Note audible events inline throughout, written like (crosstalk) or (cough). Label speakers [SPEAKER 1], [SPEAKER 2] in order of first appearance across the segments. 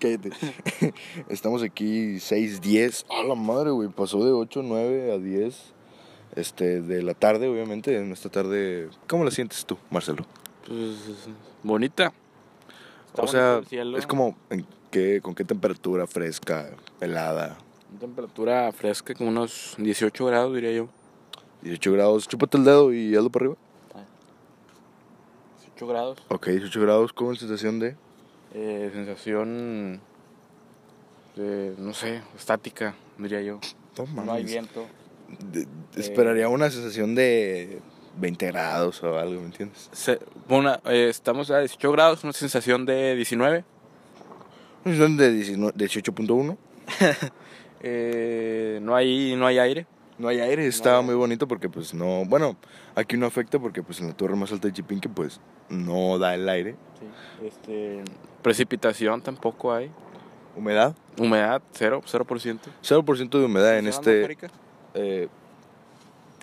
[SPEAKER 1] cállate. (laughs) Estamos aquí 6, 10. A la madre, güey. Pasó de 8, 9 a 10. Este, de la tarde, obviamente. En esta tarde. ¿Cómo la sientes tú, Marcelo?
[SPEAKER 2] Pues, bonita. Está
[SPEAKER 1] o sea,
[SPEAKER 2] bonito el cielo.
[SPEAKER 1] es como. ¿en qué, ¿Con qué temperatura? Fresca, helada.
[SPEAKER 2] Una temperatura fresca, como unos 18 grados, diría yo.
[SPEAKER 1] 18 grados. Chúpate el dedo y hazlo para arriba.
[SPEAKER 2] 18 grados.
[SPEAKER 1] Ok, 18 grados con sensación de.
[SPEAKER 2] Eh, sensación. De, no sé, estática, diría yo.
[SPEAKER 1] No
[SPEAKER 2] No hay Eh.
[SPEAKER 1] mames.
[SPEAKER 2] viento.
[SPEAKER 1] De- esperaría una sensación de 20 grados o algo, ¿me entiendes?
[SPEAKER 2] Se- una- eh, estamos a 18 grados, una sensación de 19.
[SPEAKER 1] Una sensación de 19 18.1.
[SPEAKER 2] Eh, no, hay, no hay aire.
[SPEAKER 1] No hay aire, estaba
[SPEAKER 2] hay
[SPEAKER 1] muy bonito porque pues no, bueno, aquí no afecta porque pues en la torre más alta de Chipinque pues no da el aire.
[SPEAKER 2] Este, precipitación tampoco hay.
[SPEAKER 1] Humedad,
[SPEAKER 2] Humedad, 0, 0%.
[SPEAKER 1] 0% de humedad en
[SPEAKER 2] ¿Estás hablando,
[SPEAKER 1] este...
[SPEAKER 2] Jerica?
[SPEAKER 1] Eh,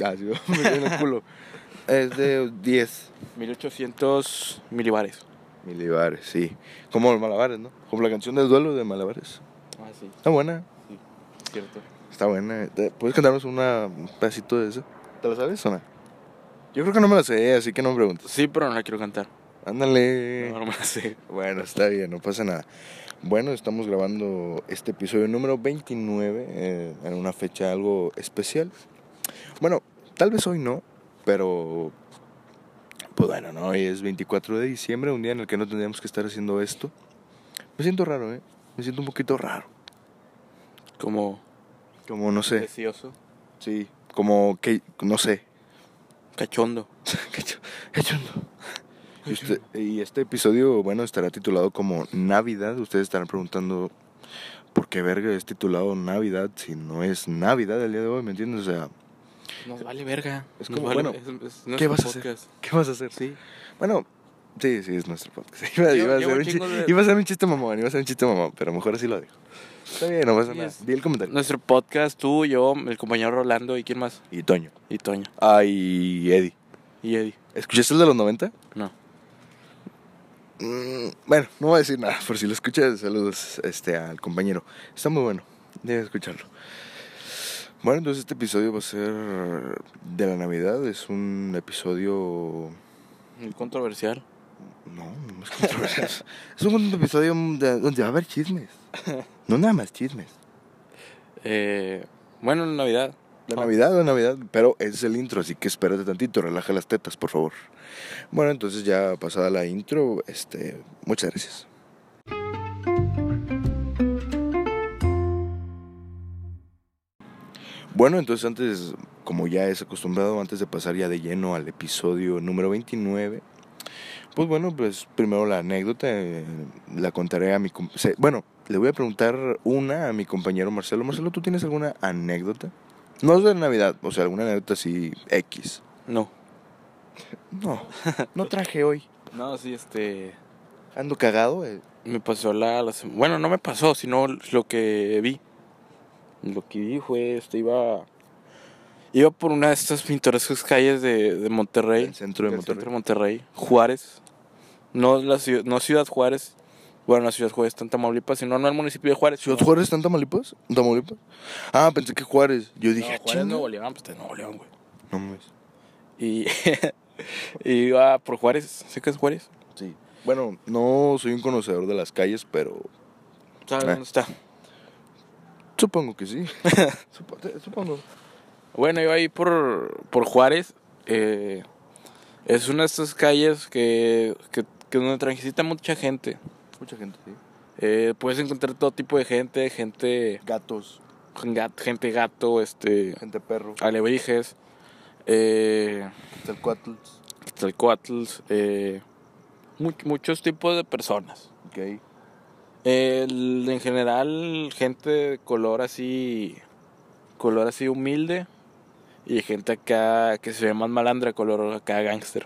[SPEAKER 1] ah, sí, (laughs) me dio en el culo. Es de 10
[SPEAKER 2] 1800 milibares.
[SPEAKER 1] milibares, sí. Como los malabares, ¿no? Como la canción del duelo de malabares.
[SPEAKER 2] Ah, sí,
[SPEAKER 1] Está buena,
[SPEAKER 2] cierto.
[SPEAKER 1] está buena. Te- ¿Puedes cantarnos una, un pedacito de esa? ¿Te la sabes o no? Yo creo que no me la sé, así que no me preguntes.
[SPEAKER 2] Sí, pero no la quiero cantar.
[SPEAKER 1] Ándale.
[SPEAKER 2] No, no me la sé.
[SPEAKER 1] Bueno, está bien, no pasa nada. Bueno, estamos grabando este episodio número 29 eh, en una fecha algo especial. Bueno, tal vez hoy no, pero pues bueno, no, hoy es 24 de diciembre, un día en el que no tendríamos que estar haciendo esto. Me siento raro, ¿eh? Me siento un poquito raro.
[SPEAKER 2] Como
[SPEAKER 1] Como, no sé,
[SPEAKER 2] precioso,
[SPEAKER 1] sí, como que, no sé.
[SPEAKER 2] cachondo.
[SPEAKER 1] (laughs) Cacho- cachondo. Y, usted- y este episodio, bueno, estará titulado como Navidad. Ustedes estarán preguntando por qué verga es titulado Navidad si no es Navidad el día de hoy, ¿me entiendes? O sea,
[SPEAKER 2] Nos vale verga.
[SPEAKER 1] Es
[SPEAKER 2] Nos
[SPEAKER 1] como,
[SPEAKER 2] vale-
[SPEAKER 1] bueno,
[SPEAKER 2] es- es
[SPEAKER 1] ¿qué
[SPEAKER 2] nuestro
[SPEAKER 1] vas a hacer?
[SPEAKER 2] podcast.
[SPEAKER 1] ¿qué vas a hacer?
[SPEAKER 2] Sí.
[SPEAKER 1] Bueno, sí, sí, es nuestro podcast. (laughs) Iba,
[SPEAKER 2] Llevo-
[SPEAKER 1] iba a,
[SPEAKER 2] llevo
[SPEAKER 1] ser un
[SPEAKER 2] un chingo
[SPEAKER 1] chi-
[SPEAKER 2] de-
[SPEAKER 1] iba a ser un chiste mamón, iba a ser un chiste mamón, pero mejor así lo dejo. Está bien, no pasa
[SPEAKER 2] Sí,
[SPEAKER 1] nada.
[SPEAKER 2] es-
[SPEAKER 1] Di el comentario.
[SPEAKER 2] Nuestro podcast, tú, yo, el compañero Rolando y quién más.
[SPEAKER 1] Y Toño.
[SPEAKER 2] Y Toño.
[SPEAKER 1] Ay, Eddie.
[SPEAKER 2] Y Eddie.
[SPEAKER 1] ¿Escuchaste el de los 90?
[SPEAKER 2] No.
[SPEAKER 1] Mm, bueno, no voy a decir nada, (laughs) por si lo escuchas, saludos este, al compañero. Está muy bueno, debes escucharlo. Bueno, entonces este episodio va a ser de la Navidad, es un episodio...
[SPEAKER 2] Muy controversial.
[SPEAKER 1] No, no es (laughs) controversial. es un episodio de- donde va a haber chismes. No nada más chismes.
[SPEAKER 2] Eh, bueno, en Navidad.
[SPEAKER 1] La
[SPEAKER 2] Ah.
[SPEAKER 1] Navidad, la Navidad, pero es el intro, así que espérate tantito, relaja las tetas, por favor. Bueno, entonces ya pasada la intro, este, muchas gracias. Bueno, entonces antes, como ya es acostumbrado, antes de pasar ya de lleno al episodio número 29, pues bueno, pues primero la anécdota, eh, la contaré a mi... com- se- Bueno, le voy a preguntar una a mi compañero Marcelo. Marcelo, ¿tú tienes alguna anécdota? No es de Navidad, o sea, alguna anécdota así X.
[SPEAKER 2] No.
[SPEAKER 1] No, (laughs) no traje hoy.
[SPEAKER 2] No, sí, este.
[SPEAKER 1] Ando cagado. eh.
[SPEAKER 2] Me pasó la, la sem- Bueno, no me pasó, sino lo que vi. Lo que vi fue, este, iba... Iba por una de estas pintorescas calles de, de Monterrey.
[SPEAKER 1] Del centro de
[SPEAKER 2] del
[SPEAKER 1] Monterrey.
[SPEAKER 2] centro de Monterrey. Juárez. No, la ciudad, no Ciudad Juárez. Bueno, no Ciudad Juárez, está en Tamaulipas, sino no el municipio de Juárez.
[SPEAKER 1] ¿Ciudad Juárez está en Tamaulipas? ¿Tamaulipas? Ah, pensé que Juárez. Yo
[SPEAKER 2] No,
[SPEAKER 1] dije,
[SPEAKER 2] Juárez
[SPEAKER 1] ah, chinga.
[SPEAKER 2] Nuevo León, pues, de Nuevo León, güey.
[SPEAKER 1] No mames.
[SPEAKER 2] Y... (laughs) y iba por Juárez. ¿Sí que es Juárez?
[SPEAKER 1] Sí. Bueno, no soy un conocedor de las calles, pero
[SPEAKER 2] ¿Sabes
[SPEAKER 1] Eh.
[SPEAKER 2] dónde está?
[SPEAKER 1] supongo que
[SPEAKER 2] (laughs)
[SPEAKER 1] sí. Supo- supongo.
[SPEAKER 2] Bueno, iba ahí por, por Juárez. eh, es una de estas calles que, que, que donde transita mucha gente.
[SPEAKER 1] Mucha gente, sí.
[SPEAKER 2] Eh, puedes encontrar todo tipo de gente, gente,
[SPEAKER 1] Gatos,
[SPEAKER 2] gat- gente gato, este,
[SPEAKER 1] gente perro,
[SPEAKER 2] alebrijes, eh,
[SPEAKER 1] quetzalcoatlus,
[SPEAKER 2] quetzalcóatls, eh, mu- muchos tipos de personas.
[SPEAKER 1] gay.
[SPEAKER 2] El- en general, gente de color así, color así humilde y gente acá que se ve más malandra, color acá gángster.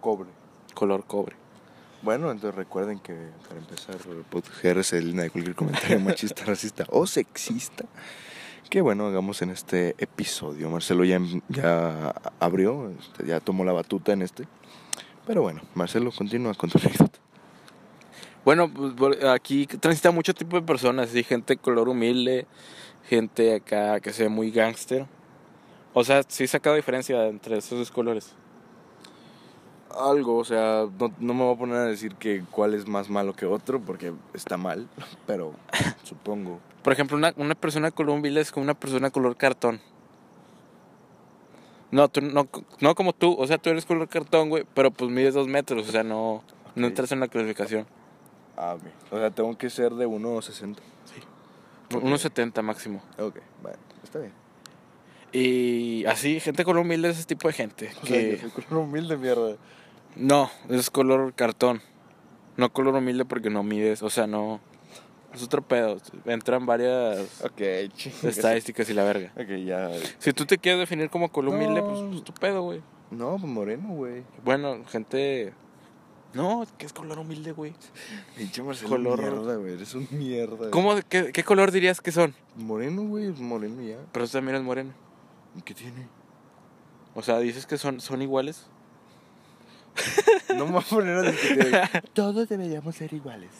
[SPEAKER 1] cobre.
[SPEAKER 2] color cobre.
[SPEAKER 1] Bueno, entonces recuerden que para empezar, proteger esa línea de cualquier comentario (laughs) machista, racista o sexista. Que bueno, hagamos en este episodio. Marcelo ya, em- ya abrió, este, ya tomó la batuta en este. Pero bueno, Marcelo, continúa con tu anécdota.
[SPEAKER 2] Bueno, pues, por- aquí transita mucho tipo de personas, sí, gente de color humilde, gente acá que se ve muy gángster. O sea, sí he sacado diferencia entre esos dos colores.
[SPEAKER 1] Algo, o sea, no, no me voy a poner a decir que cuál es más malo que otro, porque está mal, (laughs) pero supongo.
[SPEAKER 2] Por ejemplo, una, una persona de color humilde es como una persona color cartón. No, tú, no, no como tú, o sea, tú eres color cartón, güey, pero pues mides dos metros, o sea, no, no
[SPEAKER 1] Ok.
[SPEAKER 2] entras en la clasificación.
[SPEAKER 1] Ah, ok. O sea, tengo que ser de 1.60. Ok.
[SPEAKER 2] 1,70 máximo.
[SPEAKER 1] Ok, bueno, está bien.
[SPEAKER 2] Y así, gente color humilde es ese tipo de gente.
[SPEAKER 1] O sea,
[SPEAKER 2] que-
[SPEAKER 1] yo (laughs) soy color humilde, mierda.
[SPEAKER 2] No, es color cartón. No color humilde porque no mides, o sea, no. Es otro pedo. Entran varias
[SPEAKER 1] Ok, chingas.
[SPEAKER 2] estadísticas y la verga.
[SPEAKER 1] Ok, ya.
[SPEAKER 2] Si tú te quieres definir como color humilde, pues,
[SPEAKER 1] No.
[SPEAKER 2] pues tu pedo, güey.
[SPEAKER 1] No, pues moreno, güey.
[SPEAKER 2] Bueno, gente. No, ¿qué es color humilde, güey?
[SPEAKER 1] Pinche Marcelo.
[SPEAKER 2] Color-
[SPEAKER 1] Mierda, güey. Eres un mierda.
[SPEAKER 2] ¿Cómo, qué, qué color dirías que son?
[SPEAKER 1] Moreno, güey. Moreno ya.
[SPEAKER 2] Pero tú también eres moreno.
[SPEAKER 1] ¿Y ¿Qué tiene?
[SPEAKER 2] O sea, dices que son, son iguales.
[SPEAKER 1] No me voy a poner a discutir. (laughs) Todos deberíamos ser iguales.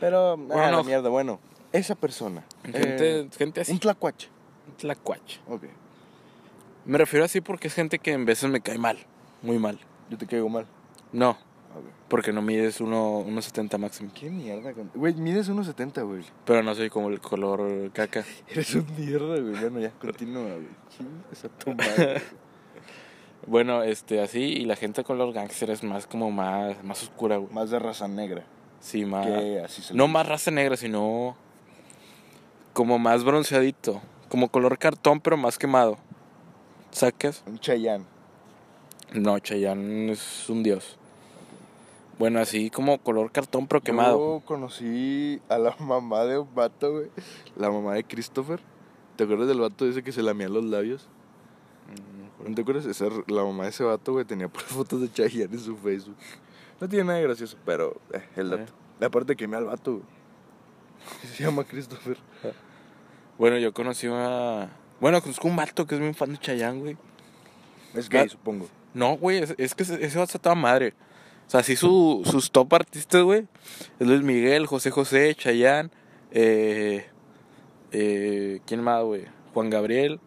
[SPEAKER 1] Pero,
[SPEAKER 2] Bueno,
[SPEAKER 1] ah, la
[SPEAKER 2] no.
[SPEAKER 1] mierda, bueno. Esa persona.
[SPEAKER 2] Gente,
[SPEAKER 1] eh,
[SPEAKER 2] gente
[SPEAKER 1] un
[SPEAKER 2] así.
[SPEAKER 1] tlacuache.
[SPEAKER 2] Tlacuache.
[SPEAKER 1] Ok.
[SPEAKER 2] Me refiero así porque es gente que en veces me cae mal. Muy mal.
[SPEAKER 1] Yo te caigo mal.
[SPEAKER 2] No,
[SPEAKER 1] Ok.
[SPEAKER 2] porque no mides uno- 1,70 máximo.
[SPEAKER 1] ¿Qué mierda? con- Güey, mides 1.70, güey.
[SPEAKER 2] Pero no soy como el color caca.
[SPEAKER 1] Eres un mierda, güey. Bueno, ya continúa, güey. Chingas a tu madre.
[SPEAKER 2] Bueno, este, así, y la gente con los gangsters es más como más, más oscura, güey.
[SPEAKER 1] (laughs) Más de raza negra.
[SPEAKER 2] Sí, más.
[SPEAKER 1] Que así se
[SPEAKER 2] No
[SPEAKER 1] le-
[SPEAKER 2] más raza negra, sino como más bronceadito. Como color cartón, pero más quemado. ¿Sacas?
[SPEAKER 1] Un chayán.
[SPEAKER 2] No, Chayanne es un dios. Bueno, así como color cartón, pero quemado.
[SPEAKER 1] Yo conocí a la (laughs) mamá de un vato, güey. La mamá de Christopher. ¿Te acuerdas del vato ese que se lamía los labios? ¿No te acuerdas? Esa, la mamá de ese vato, güey, tenía (laughs) puras fotos de Chayanne en su Facebook. No tiene nada de gracioso, pero eh, el dato. Aparte quemé al vato, güey. (laughs) Se llama Christopher.
[SPEAKER 2] Bueno, yo conocí una. Bueno, conozco un vato que es muy fan de Chayanne, güey.
[SPEAKER 1] Es
[SPEAKER 2] gay,
[SPEAKER 1] supongo.
[SPEAKER 2] No, güey, es, es que ese ese vato está toda madre. O sea, sí, su, sus top artistas, güey. es Luis Miguel, José José, Chayanne. Eh, eh, ¿Quién más, güey? Juan Gabriel.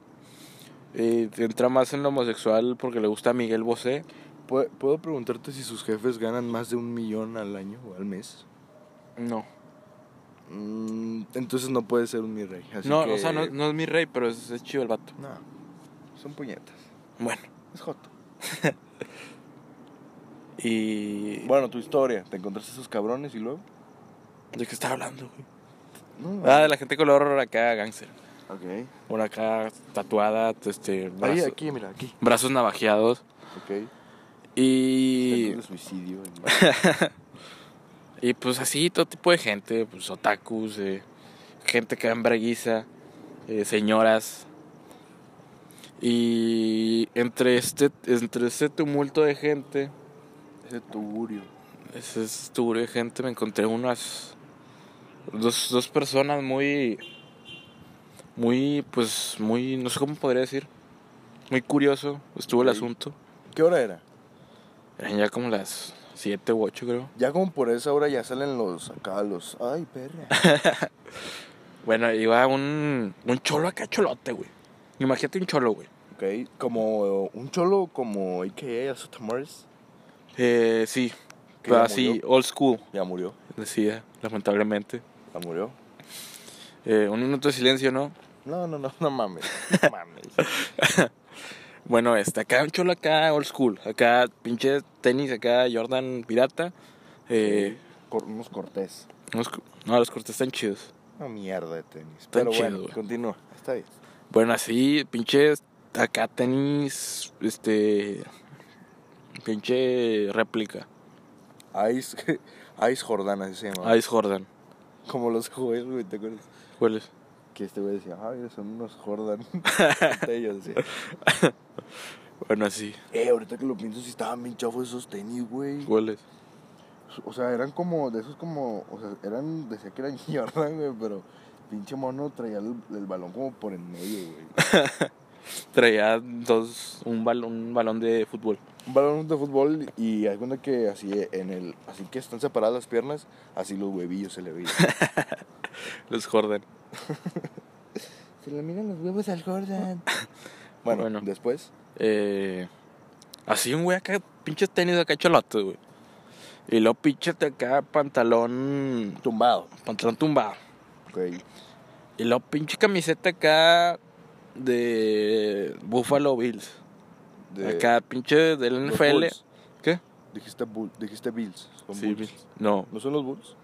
[SPEAKER 2] Eh, entra más en lo homosexual porque le gusta a Miguel Bosé.
[SPEAKER 1] ¿Puedo, puedo preguntarte si sus jefes ganan más de un millón al año o al mes?
[SPEAKER 2] No.
[SPEAKER 1] Mm, entonces no puede ser un mi rey. así
[SPEAKER 2] no,
[SPEAKER 1] que-
[SPEAKER 2] o sea, no, no es mi rey, pero es, es chido el vato.
[SPEAKER 1] No, son puñetas.
[SPEAKER 2] Bueno,
[SPEAKER 1] Es joto.
[SPEAKER 2] y.
[SPEAKER 1] Bueno, tu historia. ¿Te encontraste esos cabrones y luego?
[SPEAKER 2] ¿De qué estaba hablando, güey?
[SPEAKER 1] No.
[SPEAKER 2] Ah, de la gente color acá, gangster.
[SPEAKER 1] Ok.
[SPEAKER 2] Por acá, tatuada, este,
[SPEAKER 1] Ahí,
[SPEAKER 2] brazo-
[SPEAKER 1] aquí, mira, aquí.
[SPEAKER 2] brazos navajeados.
[SPEAKER 1] Ok.
[SPEAKER 2] Y.
[SPEAKER 1] Tengo de suicidio. en-
[SPEAKER 2] Y pues así, todo tipo de gente, pues otakus, eh, gente que embreguiza, eh, señoras. Y entre este, entre este tumulto de gente,
[SPEAKER 1] (laughs) Ese tuburio.
[SPEAKER 2] ese estúpido de gente, me encontré unas dos, dos personas muy, muy, pues, muy, no sé cómo podría decir, muy curioso estuvo el
[SPEAKER 1] Ok.
[SPEAKER 2] asunto.
[SPEAKER 1] ¿Qué hora era?
[SPEAKER 2] Eran ya como las 7 u 8 creo.
[SPEAKER 1] Ya como por esa hora ya salen los acá, los. Ay, perra.
[SPEAKER 2] Bueno, iba un, un cholo acá, cholote, güey. Imagínate un cholo, güey.
[SPEAKER 1] (laughs) ok. Como uh, un cholo como AKA Azotamores.
[SPEAKER 2] Eh, sí,
[SPEAKER 1] Que
[SPEAKER 2] pero
[SPEAKER 1] ya
[SPEAKER 2] así,
[SPEAKER 1] murió.
[SPEAKER 2] old school,
[SPEAKER 1] Ya murió.
[SPEAKER 2] decía, lamentablemente.
[SPEAKER 1] Ya murió.
[SPEAKER 2] Eh, un minuto de silencio, ¿no?
[SPEAKER 1] No, no, no, no (laughs) mames. No mames.
[SPEAKER 2] Bueno, este, acá un cholo acá, old school. Acá, pinche tenis, acá, Jordan pirata. Eh,
[SPEAKER 1] Cor- unos cortés.
[SPEAKER 2] unos cu- no, los cortes están chidos.
[SPEAKER 1] Una mierda de tenis.
[SPEAKER 2] Están
[SPEAKER 1] Pero bueno,
[SPEAKER 2] chidos, güey.
[SPEAKER 1] continúa. Está bien.
[SPEAKER 2] Bueno, así, pinche acá tenis, este, pinche réplica.
[SPEAKER 1] Ice, (laughs) Ice Jordan, así se llama.
[SPEAKER 2] Ice Jordan.
[SPEAKER 1] Como los juegos, güey, ¿te acuerdas?
[SPEAKER 2] ¿Cuál es?
[SPEAKER 1] Que este güey decía, ay, son unos
[SPEAKER 2] (laughs)
[SPEAKER 1] Jordan. ellos decía,
[SPEAKER 2] Bueno, así,
[SPEAKER 1] eh, ahorita que lo pienso, sí estaban bien chafos esos tenis, güey.
[SPEAKER 2] ¿cuál es?
[SPEAKER 1] O sea, eran como, de esos como, o sea, eran, decía que eran (laughs) Jordan, güey, pero pinche mono traía el, el balón como por en medio, güey.
[SPEAKER 2] traía dos, un balón, un balón de fútbol.
[SPEAKER 1] Un balón de fútbol y haz cuenta que así en el así que están separadas las piernas, así los huevillos se
[SPEAKER 2] (laughs)
[SPEAKER 1] le veían.
[SPEAKER 2] Los Jordan.
[SPEAKER 1] se le miran los huevos al Jordan.
[SPEAKER 2] (laughs)
[SPEAKER 1] Bueno,
[SPEAKER 2] Bueno.
[SPEAKER 1] después
[SPEAKER 2] Eh, así un güey acá, pinches tenis acá cholotes, güey. Y luego pinches de acá, pantalón,
[SPEAKER 1] tumbado.
[SPEAKER 2] pantalón tumbado.
[SPEAKER 1] Ok.
[SPEAKER 2] Y luego pinche camiseta acá de Buffalo Bills.
[SPEAKER 1] De-
[SPEAKER 2] acá, pinche del
[SPEAKER 1] los
[SPEAKER 2] NFL.
[SPEAKER 1] Bulls.
[SPEAKER 2] ¿Qué?
[SPEAKER 1] Dijiste Bull, dijiste Bills, son
[SPEAKER 2] Sí,
[SPEAKER 1] Bulls.
[SPEAKER 2] Bills. No,
[SPEAKER 1] ¿No son los Bulls?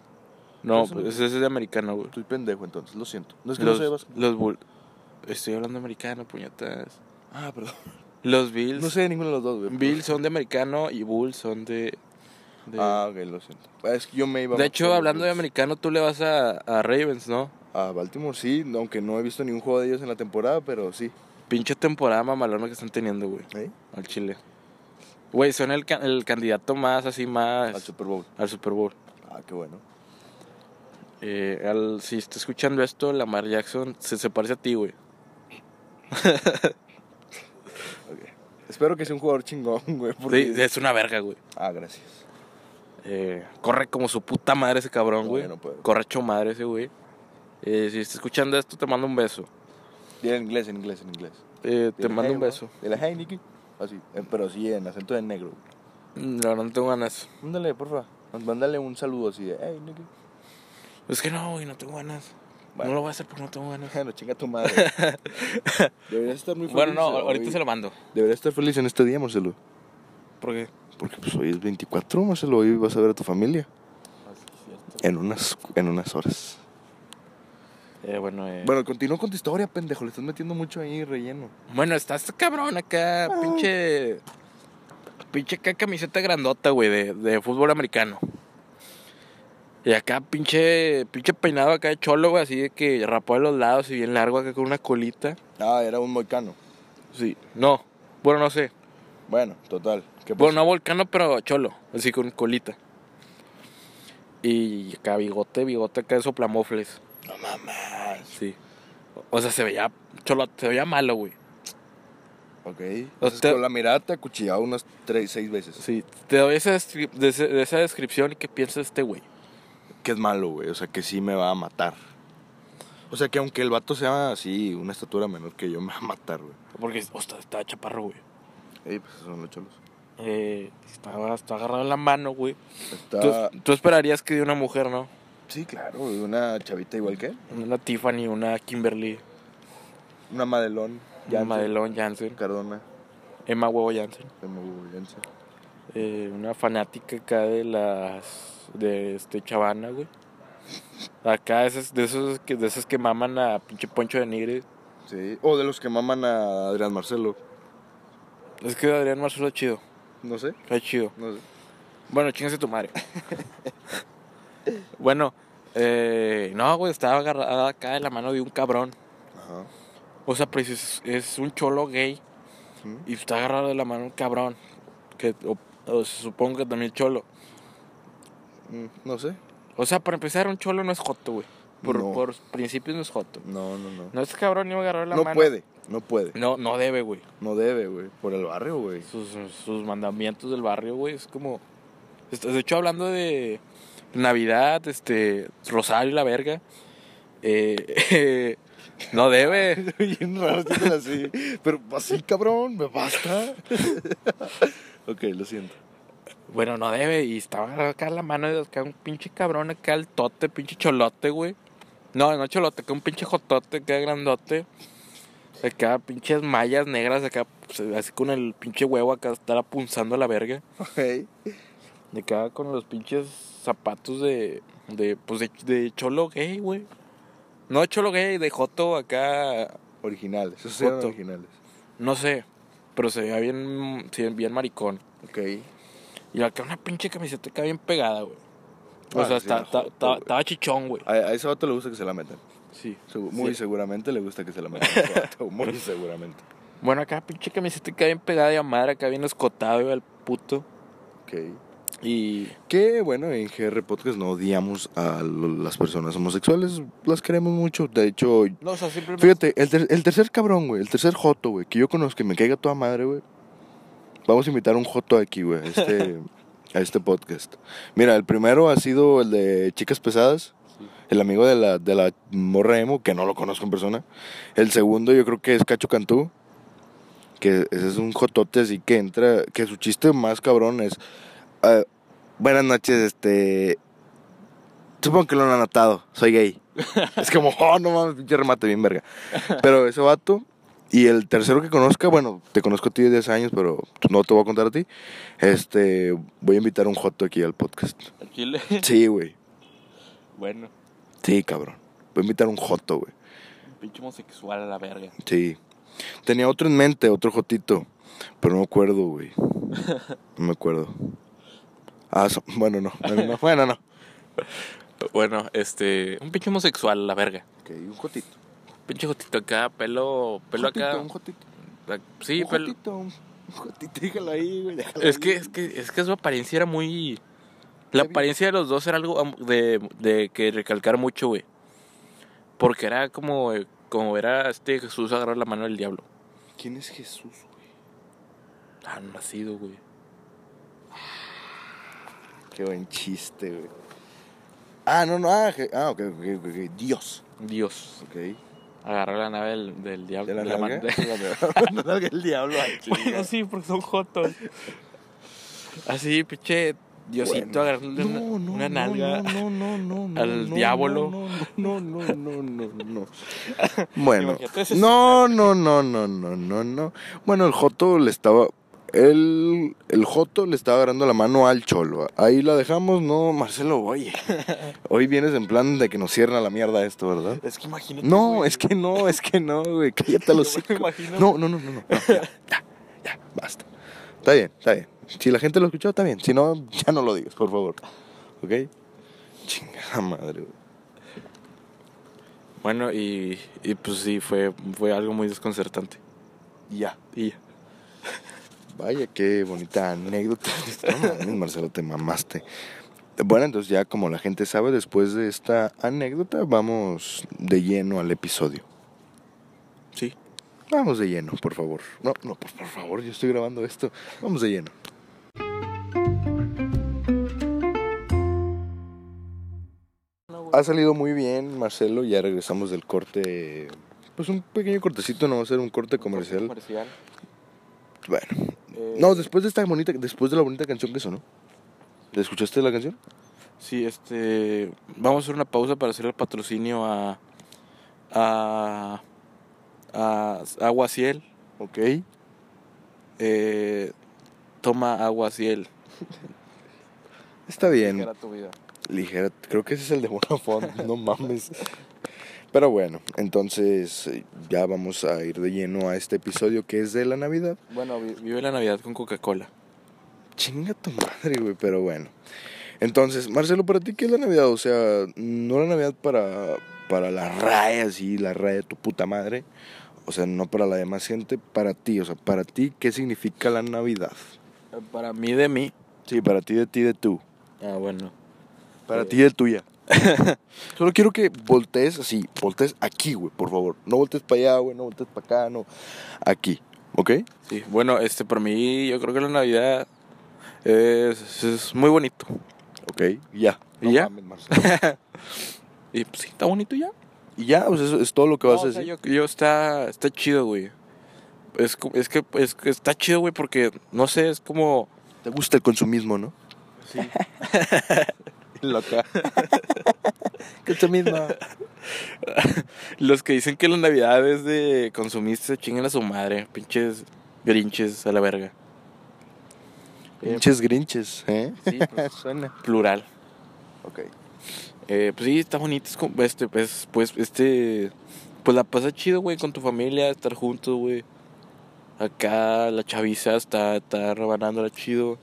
[SPEAKER 2] no,
[SPEAKER 1] Son-
[SPEAKER 2] pues, ese es de americano, güey.
[SPEAKER 1] Estoy pendejo entonces, lo siento. No es que
[SPEAKER 2] Los,
[SPEAKER 1] no sepas.
[SPEAKER 2] los Bulls. Estoy hablando americano, puñetas.
[SPEAKER 1] Ah, perdón.
[SPEAKER 2] Los Bills.
[SPEAKER 1] No sé de ninguno de los dos, güey.
[SPEAKER 2] Bills son de americano y Bulls son de. de-
[SPEAKER 1] Ah, ok, lo siento. Es que yo me iba
[SPEAKER 2] de
[SPEAKER 1] más por
[SPEAKER 2] hecho,
[SPEAKER 1] los
[SPEAKER 2] hablando de
[SPEAKER 1] Bills.
[SPEAKER 2] americano, tú le vas a, a Ravens, ¿no?
[SPEAKER 1] A Baltimore sí, aunque no he visto ni un juego de ellos en la temporada, pero sí.
[SPEAKER 2] Pinche temporada mamalona que están teniendo, güey.
[SPEAKER 1] ¿Eh?
[SPEAKER 2] Al Chile. Güey, son el, ca- el candidato más, así más.
[SPEAKER 1] Al Super Bowl.
[SPEAKER 2] al Super Bowl.
[SPEAKER 1] Ah, qué bueno.
[SPEAKER 2] Eh, al- si está escuchando esto, Lamar Jackson se, se parece a ti, güey.
[SPEAKER 1] Espero que sea un jugador chingón, (laughs) güey.
[SPEAKER 2] Sí,
[SPEAKER 1] porque-
[SPEAKER 2] es una verga, güey.
[SPEAKER 1] Ah, gracias.
[SPEAKER 2] Eh, corre como su puta madre ese cabrón,
[SPEAKER 1] No,
[SPEAKER 2] güey.
[SPEAKER 1] yo no puedo.
[SPEAKER 2] corre hecho madre ese, güey. Eh, si está escuchando esto, te mando un beso.
[SPEAKER 1] Dile en inglés, en inglés, en inglés.
[SPEAKER 2] Eh, te
[SPEAKER 1] Dile,
[SPEAKER 2] mando
[SPEAKER 1] "Hey,
[SPEAKER 2] un
[SPEAKER 1] güey".
[SPEAKER 2] beso.
[SPEAKER 1] Dile, hey, Nicky. Así, eh, pero sí, en acento de negro.
[SPEAKER 2] No, Mm, no tengo ganas.
[SPEAKER 1] Mándale, porfa. Mándale un saludo así de, hey, Nicky. (laughs)
[SPEAKER 2] Es que no, güey, no tengo ganas.
[SPEAKER 1] Bueno.
[SPEAKER 2] No lo voy a hacer porque no tengo
[SPEAKER 1] (laughs)
[SPEAKER 2] ganas.
[SPEAKER 1] Bueno, chinga
[SPEAKER 2] (laughs)
[SPEAKER 1] tu madre. Deberías estar muy feliz.
[SPEAKER 2] Bueno, no,
[SPEAKER 1] hoy.
[SPEAKER 2] ahorita se lo mando.
[SPEAKER 1] Deberías estar feliz en este día, Marcelo.
[SPEAKER 2] Porque
[SPEAKER 1] Porque pues hoy es 24, Marcelo. Hoy vas a ver a tu familia. En unas, en unas horas.
[SPEAKER 2] Eh, bueno, eh, bueno,
[SPEAKER 1] Bueno, continúa con tu historia, pendejo. Le estás metiendo mucho ahí, relleno.
[SPEAKER 2] está este cabrón acá, pinche. Pinche acá camiseta grandota, güey, de, de fútbol americano. Y acá pinche, pinche peinado acá de cholo, güey, así de que rapó de los lados y bien largo acá con una colita.
[SPEAKER 1] Ah, era un moicano.
[SPEAKER 2] Sí. No, bueno, no sé.
[SPEAKER 1] Bueno, total. ¿Qué
[SPEAKER 2] Bueno, no volcano, pero cholo, así con colita. Y acá bigote, bigote acá de soplamofles.
[SPEAKER 1] No mames.
[SPEAKER 2] Sí. O sea, se veía cholo, se veía malo, güey.
[SPEAKER 1] Ok.
[SPEAKER 2] Entonces,
[SPEAKER 1] con la mirada te acuchillaba unas tres, seis veces.
[SPEAKER 2] Sí, te doy esa, descri- de, ese- de esa descripción y qué piensa este güey.
[SPEAKER 1] Que es malo, güey. O sea, que sí me va a matar. O sea, que aunque el vato sea así, una estatura menor que yo, (laughs) me va a matar, güey.
[SPEAKER 2] Porque, ostras, estaba chaparro, güey.
[SPEAKER 1] Ey, pues son los cholos.
[SPEAKER 2] Eh, estaba, estaba agarrado en la mano, güey.
[SPEAKER 1] Está...
[SPEAKER 2] Tú, tú esperarías que de una mujer, ¿no?
[SPEAKER 1] Sí, claro, güey, una chavita igual que él.
[SPEAKER 2] Una Tiffany, una Kimberly,
[SPEAKER 1] Una Madelón.
[SPEAKER 2] una
[SPEAKER 1] Jansen,
[SPEAKER 2] Madelon Jansen,
[SPEAKER 1] Cardona.
[SPEAKER 2] Emma Huevo Jansen.
[SPEAKER 1] Emo Jansen.
[SPEAKER 2] Eh, una fanática acá de las. de este Chavana, güey. Acá esas, de, esos que, de esas que maman a pinche Poncho de Nigre.
[SPEAKER 1] Sí. O de los que maman a Adrián Marcelo.
[SPEAKER 2] Es que Adrián Marcelo es chido,
[SPEAKER 1] No sé,
[SPEAKER 2] es chido.
[SPEAKER 1] no sé.
[SPEAKER 2] Bueno, chingase tu madre. bueno, eh, no, güey, estaba agarrada acá de la mano de un cabrón.
[SPEAKER 1] Ajá.
[SPEAKER 2] O sea, pues es, es un cholo gay
[SPEAKER 1] Sí.
[SPEAKER 2] y está agarrado de la mano un cabrón. Que, o, o se supongo que también es cholo.
[SPEAKER 1] Mm, No sé.
[SPEAKER 2] O sea, para empezar, un cholo no es joto, güey. Por,
[SPEAKER 1] No.
[SPEAKER 2] por principios no es joto.
[SPEAKER 1] No, no, no.
[SPEAKER 2] No, este cabrón iba a agarrar la
[SPEAKER 1] No
[SPEAKER 2] mano.
[SPEAKER 1] puede, no puede.
[SPEAKER 2] No, no debe, güey.
[SPEAKER 1] No debe, güey. Por el barrio, güey.
[SPEAKER 2] Sus, sus mandamientos del barrio, güey, es como... est- De hecho, hablando de Navidad, este, Rosario y la verga, eh, eh, (laughs) no debe.
[SPEAKER 1] (laughs) Bien raro que estén así. Pero así, cabrón, me basta. (laughs) ok, lo siento.
[SPEAKER 2] Bueno, no debe. Y estaba agarrado acá la mano de acá un pinche cabrón, acá el tote, pinche cholote, güey. No, no cholote, acá un pinche jotote, acá grandote. Acá pinches mallas negras, acá pues, así con el pinche huevo acá estar punzando la verga.
[SPEAKER 1] Ok.
[SPEAKER 2] De acá con los pinches zapatos de. de pues de, de cholo gay, güey. No cholo gay, de Joto acá.
[SPEAKER 1] Originales, esos eran
[SPEAKER 2] Joto.
[SPEAKER 1] originales.
[SPEAKER 2] No sé. Pero se veía bien. Se veía bien maricón.
[SPEAKER 1] Ok.
[SPEAKER 2] Y acá una pinche camiseta acá bien pegada, güey. O
[SPEAKER 1] Ah,
[SPEAKER 2] sea,
[SPEAKER 1] sí,
[SPEAKER 2] está-
[SPEAKER 1] era
[SPEAKER 2] está-
[SPEAKER 1] joto,
[SPEAKER 2] está-
[SPEAKER 1] güey.
[SPEAKER 2] estaba chichón, güey.
[SPEAKER 1] A, a ese vato le gusta que se la metan.
[SPEAKER 2] Sí.
[SPEAKER 1] Segu- Muy
[SPEAKER 2] Sí.
[SPEAKER 1] seguramente le gusta que se la (laughs) metan. a ese vato, Muy seguramente.
[SPEAKER 2] Bueno, acá pinche camiseta acá bien pegada y a madre, acá bien escotado, güey, al puto.
[SPEAKER 1] Ok.
[SPEAKER 2] Y
[SPEAKER 1] Que bueno, en GR Podcast no odiamos a lo- las personas homosexuales, las queremos mucho. De hecho,
[SPEAKER 2] no, o sea, simplemente
[SPEAKER 1] fíjate, el, ter- el tercer cabrón, güey, el tercer Joto, güey, que yo conozco, que me caiga toda madre, güey. Vamos a invitar un Joto aquí, güey, a este, a este podcast. Mira, el primero ha sido el de Chicas Pesadas, el amigo de la, de la morra emo, que no lo conozco en persona. El segundo yo creo que es Cacho Cantú, que ese es un jotote así que entra, que su chiste más cabrón es... ah, buenas noches, este... Supongo que lo han anotado, soy gay. es como, oh, no mames, pinche remate bien verga. Pero ese vato... Y el tercero que conozca, bueno, te conozco a ti de 10 años, pero no te voy a contar a ti. Este, voy a invitar a un joto aquí al podcast.
[SPEAKER 2] al Chile. (laughs)
[SPEAKER 1] Sí, güey.
[SPEAKER 2] bueno,
[SPEAKER 1] Sí, cabrón. Voy a invitar un joto, güey.
[SPEAKER 2] pinche homosexual a la verga.
[SPEAKER 1] Sí. Tenía otro en mente, otro jotito. Pero no me acuerdo, güey. No me acuerdo. Ah, so- bueno, no. Bueno, no.
[SPEAKER 2] (laughs)
[SPEAKER 1] Bueno, no.
[SPEAKER 2] Bueno, este, un pinche homosexual a la verga.
[SPEAKER 1] Ok, un jotito.
[SPEAKER 2] Pinche gotito acá, pelo, pelo acá.
[SPEAKER 1] Un jotito.
[SPEAKER 2] ac- Sí,
[SPEAKER 1] un
[SPEAKER 2] pelo.
[SPEAKER 1] jotito. Un un jotito. Dígalo ahí, güey. déjalo
[SPEAKER 2] Es
[SPEAKER 1] ahí.
[SPEAKER 2] que, es que, es que su apariencia era muy. La
[SPEAKER 1] Ya vi.
[SPEAKER 2] apariencia de los dos era algo am- de, de que recalcar mucho, güey. Porque era como, eh, como era este Jesús agarrar la mano del diablo.
[SPEAKER 1] ¿Quién es Jesús, güey?
[SPEAKER 2] Han nacido, güey.
[SPEAKER 1] Qué buen chiste, güey. Ah, no, no. Ah, je- ah, ok, ok, ok. ok. Dios.
[SPEAKER 2] Dios.
[SPEAKER 1] Ok.
[SPEAKER 2] Agarrar la nave del, del diablo.
[SPEAKER 1] ¿De (laughs) la
[SPEAKER 2] la mano
[SPEAKER 1] nalga?
[SPEAKER 2] de- (laughs)
[SPEAKER 1] La nalga del diablo. ay,
[SPEAKER 2] Bueno,
[SPEAKER 1] chinga.
[SPEAKER 2] sí, porque son jotos. Así, pinche Diosito agarrándole una, una nalga.
[SPEAKER 1] no, no, no, no,
[SPEAKER 2] al diablo.
[SPEAKER 1] No, no, no, no, no,
[SPEAKER 2] (laughs)
[SPEAKER 1] no. Bueno,
[SPEAKER 2] Imagínate ese
[SPEAKER 1] no, no, no, no, no, no, no. Bueno, el Joto le estaba. El, el Joto le estaba agarrando la mano al Cholo. Ahí la dejamos, no, Marcelo,
[SPEAKER 2] (laughs)
[SPEAKER 1] oye. Hoy vienes en plan de que nos cierra la mierda esto, ¿verdad?
[SPEAKER 2] Es que imagínate.
[SPEAKER 1] No,
[SPEAKER 2] güey.
[SPEAKER 1] es que no, es que no, güey. Cállate
[SPEAKER 2] (laughs)
[SPEAKER 1] los
[SPEAKER 2] Yo me imagino.
[SPEAKER 1] No, no, no, no, no. no, ya, ya, ya, basta. Está bien, está bien. Si la gente lo escuchó, está bien. Si no, ya no lo digas, por favor. ¿Ok? Chingada madre, güey.
[SPEAKER 2] Bueno, y, y pues sí, fue, fue algo muy desconcertante.
[SPEAKER 1] Ya.
[SPEAKER 2] Y
[SPEAKER 1] Vaya, qué bonita anécdota. (laughs) No mames, Marcelo, te mamaste. Bueno, entonces ya como la gente sabe, después de esta anécdota, vamos de lleno al episodio.
[SPEAKER 2] sí.
[SPEAKER 1] Vamos de lleno, por favor. No, no, pues, por, por favor, yo estoy grabando esto. Vamos de lleno. Ha salido muy bien, Marcelo. Ya regresamos del corte. Pues un pequeño cortecito, no va a ser un corte comercial. Bueno,
[SPEAKER 2] Eh,
[SPEAKER 1] no, después de esta bonita, después de la bonita canción que sonó. ¿Te escuchaste la canción?
[SPEAKER 2] Sí, este. Vamos a hacer una pausa para hacer el patrocinio a. a. a Aguaciel.
[SPEAKER 1] Ok.
[SPEAKER 2] Eh, toma Aguaciel.
[SPEAKER 1] Está bien.
[SPEAKER 2] Era tu vida.
[SPEAKER 1] Ligera, creo que ese es el de Bonafont, (laughs) no mames. Pero bueno, entonces eh, ya vamos a ir de lleno a este episodio que es de la Navidad.
[SPEAKER 2] Bueno, vi- vive la Navidad con Coca-Cola.
[SPEAKER 1] Chinga tu madre, güey, pero bueno. Entonces, Marcelo, ¿para ti qué es la Navidad? O sea, no la Navidad para, para la raya, así, la raya de tu puta madre. O sea, no para la demás gente, para ti. O sea, para ti, ¿qué significa la Navidad?
[SPEAKER 2] Eh, Para mí, de mí.
[SPEAKER 1] Sí, para ti, de ti, de tú.
[SPEAKER 2] Ah, bueno.
[SPEAKER 1] Para
[SPEAKER 2] Eh.
[SPEAKER 1] ti de tuya. (laughs) Solo quiero que voltees así, voltees aquí, güey, por favor. No voltees para allá, güey, no voltees para acá, no. Aquí, ¿ok?
[SPEAKER 2] Sí, bueno, este, para mí, yo creo que la Navidad es, es muy bonito.
[SPEAKER 1] Ok, y ya.
[SPEAKER 2] ¿Y
[SPEAKER 1] No
[SPEAKER 2] ya?
[SPEAKER 1] mames, Marcelo. (laughs)
[SPEAKER 2] Y pues, sí, está bonito ya.
[SPEAKER 1] y ya, pues eso es todo lo que
[SPEAKER 2] No,
[SPEAKER 1] vas a
[SPEAKER 2] o sea,
[SPEAKER 1] decir.
[SPEAKER 2] yo, yo está, está chido, güey. Es, co- es que es que está chido, güey, porque no sé, es como.
[SPEAKER 1] Te gusta el
[SPEAKER 2] (laughs)
[SPEAKER 1] consumismo, ¿no?
[SPEAKER 2] Sí.
[SPEAKER 1] (laughs) Loca. consumismo.
[SPEAKER 2] Los que dicen que la Navidad es de consumista, chingan a su madre. Pinches grinches a la verga. Eh,
[SPEAKER 1] Grinches, grinches, ¿eh?
[SPEAKER 2] sí, pues,
[SPEAKER 1] (laughs) Suena.
[SPEAKER 2] plural.
[SPEAKER 1] Ok.
[SPEAKER 2] Eh, pues sí, está bonito. Es como, este, pues, pues, este. Pues la pasa chido, güey, con tu familia, estar juntos, güey. Acá la chaviza está, está rebanándola chido.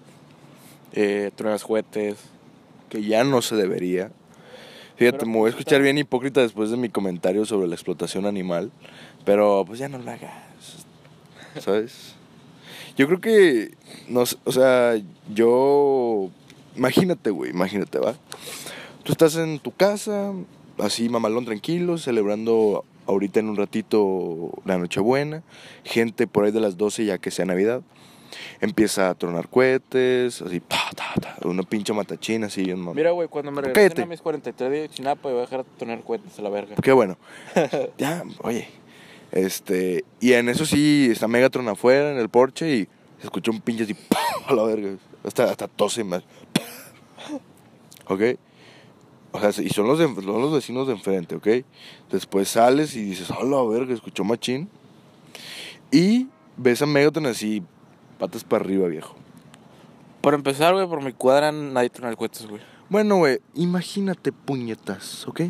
[SPEAKER 2] Eh, truenas juguetes.
[SPEAKER 1] Que ya no se debería. Fíjate,
[SPEAKER 2] Pero,
[SPEAKER 1] me voy a
[SPEAKER 2] pues,
[SPEAKER 1] escuchar
[SPEAKER 2] está-
[SPEAKER 1] bien hipócrita después de mi comentario sobre la explotación animal, pero pues ya no lo hagas, ¿sabes? Yo creo que, no, sé, o sea, yo Imagínate, güey, imagínate, va. Tú estás en tu casa, así mamalón tranquilo, celebrando ahorita en un ratito la Nochebuena. Gente por ahí de las 12 ya que sea Navidad. Empieza a tronar cohetes, así, ta, ta, ta, una pinche matachina, así, bien mam-
[SPEAKER 2] Mira, güey, cuando me regresen
[SPEAKER 1] Cállate.
[SPEAKER 2] a mis 43 de Chinapa, pues, voy a dejar de tener cohetes a la verga.
[SPEAKER 1] Qué bueno. ya, oye. Este, y en eso sí, está Megatron afuera en el porche y se escuchó un pinche así, (laughs) ¡pum! a la verga. Hasta, hasta tose más. (laughs) ¿Ok? O sea, y son los, de- son los vecinos de enfrente, ¿ok? Después sales y dices, a la verga, escuchó machín. Y ves a Megatron así, patas para arriba, viejo.
[SPEAKER 2] Para empezar, güey, por mi cuadra nadie trona cohetes, güey.
[SPEAKER 1] Bueno, güey, imagínate puñetas, ¿ok?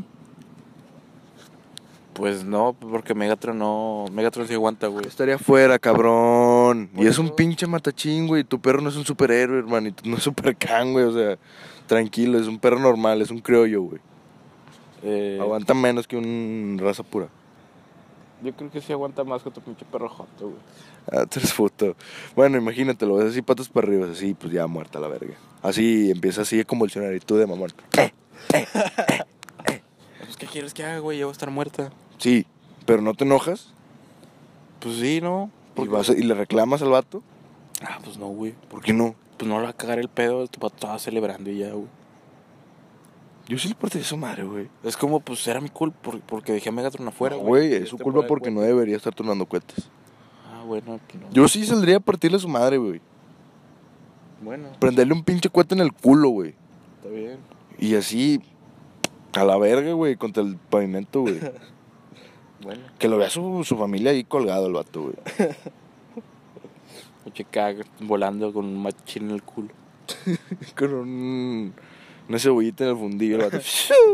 [SPEAKER 2] Pues no, porque Megatron no. Megatron se aguanta, güey.
[SPEAKER 1] Estaría afuera, cabrón.
[SPEAKER 2] Por
[SPEAKER 1] y es un
[SPEAKER 2] eso-
[SPEAKER 1] pinche matachín, güey. Tu perro no es un superhéroe, hermanito. (laughs) No es supercan, güey. O sea, tranquilo, es un perro normal, es un criollo, güey.
[SPEAKER 2] Eh,
[SPEAKER 1] Aguanta menos que un raza pura.
[SPEAKER 2] Yo creo que sí aguanta más que tu pinche perro joto, güey.
[SPEAKER 1] Ah, (laughs) tres foto. Bueno, imagínate, lo ves así patas para arriba, así, pues ya muerta la verga. Así empieza así a convulsionar y tú de mamón.
[SPEAKER 2] Pues, ¿qué quieres que haga, güey? Ya voy a estar muerta.
[SPEAKER 1] Sí, pero no te enojas
[SPEAKER 2] Pues sí, ¿no?
[SPEAKER 1] y,
[SPEAKER 2] Porque-
[SPEAKER 1] vas a- y le reclamas al vato.
[SPEAKER 2] Ah, pues no, güey.
[SPEAKER 1] ¿Por qué no?
[SPEAKER 2] Pues no le va a cagar el pedo, tu pato estaba celebrando y ya, güey.
[SPEAKER 1] Yo sí le porté su madre, güey.
[SPEAKER 2] Es como, pues era mi culpa por- porque dejé a Megatron afuera,
[SPEAKER 1] No, güey,
[SPEAKER 2] Y
[SPEAKER 1] es su
[SPEAKER 2] este
[SPEAKER 1] culpa
[SPEAKER 2] fuera de
[SPEAKER 1] porque no
[SPEAKER 2] cohetes.
[SPEAKER 1] debería estar tornando cohetes.
[SPEAKER 2] Ah, bueno, pues no.
[SPEAKER 1] Yo sí saldría a partirle a su madre, güey.
[SPEAKER 2] Bueno,
[SPEAKER 1] Prenderle un pinche cohete en el culo, güey.
[SPEAKER 2] está bien.
[SPEAKER 1] Y así, a la verga, güey, contra el pavimento, (laughs) güey.
[SPEAKER 2] Bueno,
[SPEAKER 1] Que lo vea su, su familia ahí colgado el vato, güey.
[SPEAKER 2] pinche caga volando con un machín en el culo.
[SPEAKER 1] (laughs) Con un, una cebollita en el fundillo el vato.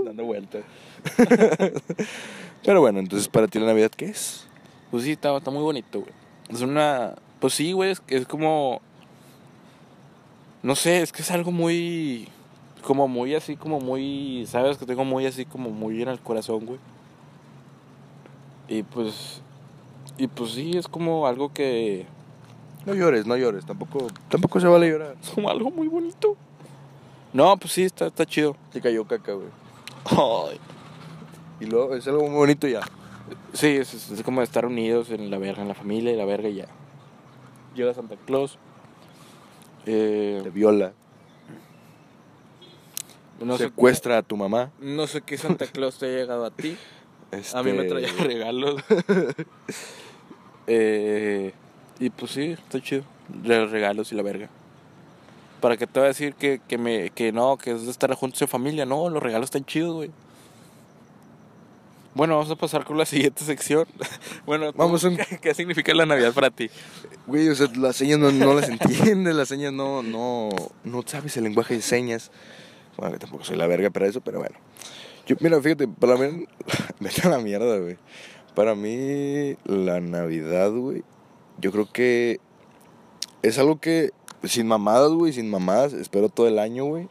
[SPEAKER 2] Dando vueltas.
[SPEAKER 1] (laughs) Pero bueno, entonces, ¿para ti la Navidad qué es?
[SPEAKER 2] Pues sí, está, está muy bonito, güey. Es una. Pues sí, güey, es, es como. No sé, es que es algo muy. Como muy así, como muy. Sabes que tengo muy así, como muy en el corazón, güey. Y pues. Y pues sí, es como algo que. (laughs)
[SPEAKER 1] No llores, no llores. Tampoco, tampoco se vale llorar.
[SPEAKER 2] Es como algo muy bonito. No, pues sí, está, está chido.
[SPEAKER 1] Te cayó caca, güey. Y luego es algo muy bonito ya.
[SPEAKER 2] Sí, es, es- es como estar unidos en la verga, en la familia y la verga y ya. Llega Santa Claus. Eh,
[SPEAKER 1] Te viola.
[SPEAKER 2] no sé
[SPEAKER 1] secuestra a tu mamá.
[SPEAKER 2] No sé qué Santa Claus te ha llegado a ti. A mí me
[SPEAKER 1] Este,
[SPEAKER 2] traía (laughs)
[SPEAKER 1] (laughs)
[SPEAKER 2] regalos. Eh, y pues sí, está chido. Re- Regalos y la verga. ¿Para que te voy a decir que, que, me, que no, que es de estar juntos en familia? No, los regalos están chidos, güey. Bueno, vamos a pasar con la siguiente sección. (laughs) bueno, tú,
[SPEAKER 1] Vamos a
[SPEAKER 2] (laughs)
[SPEAKER 1] un-
[SPEAKER 2] ¿qué, qué significa la Navidad para ti?
[SPEAKER 1] Güey, o sea, las señas no, no las (laughs) entiendes, las señas no, no, no sabes el lenguaje de señas. Bueno, que tampoco soy la verga para eso, pero bueno. Yo, mira, fíjate, para mí, (laughs) vete a la mierda, güey. Para mí, la Navidad, güey, yo creo que es algo que, sin mamadas, güey, sin mamadas, espero todo el año, güey.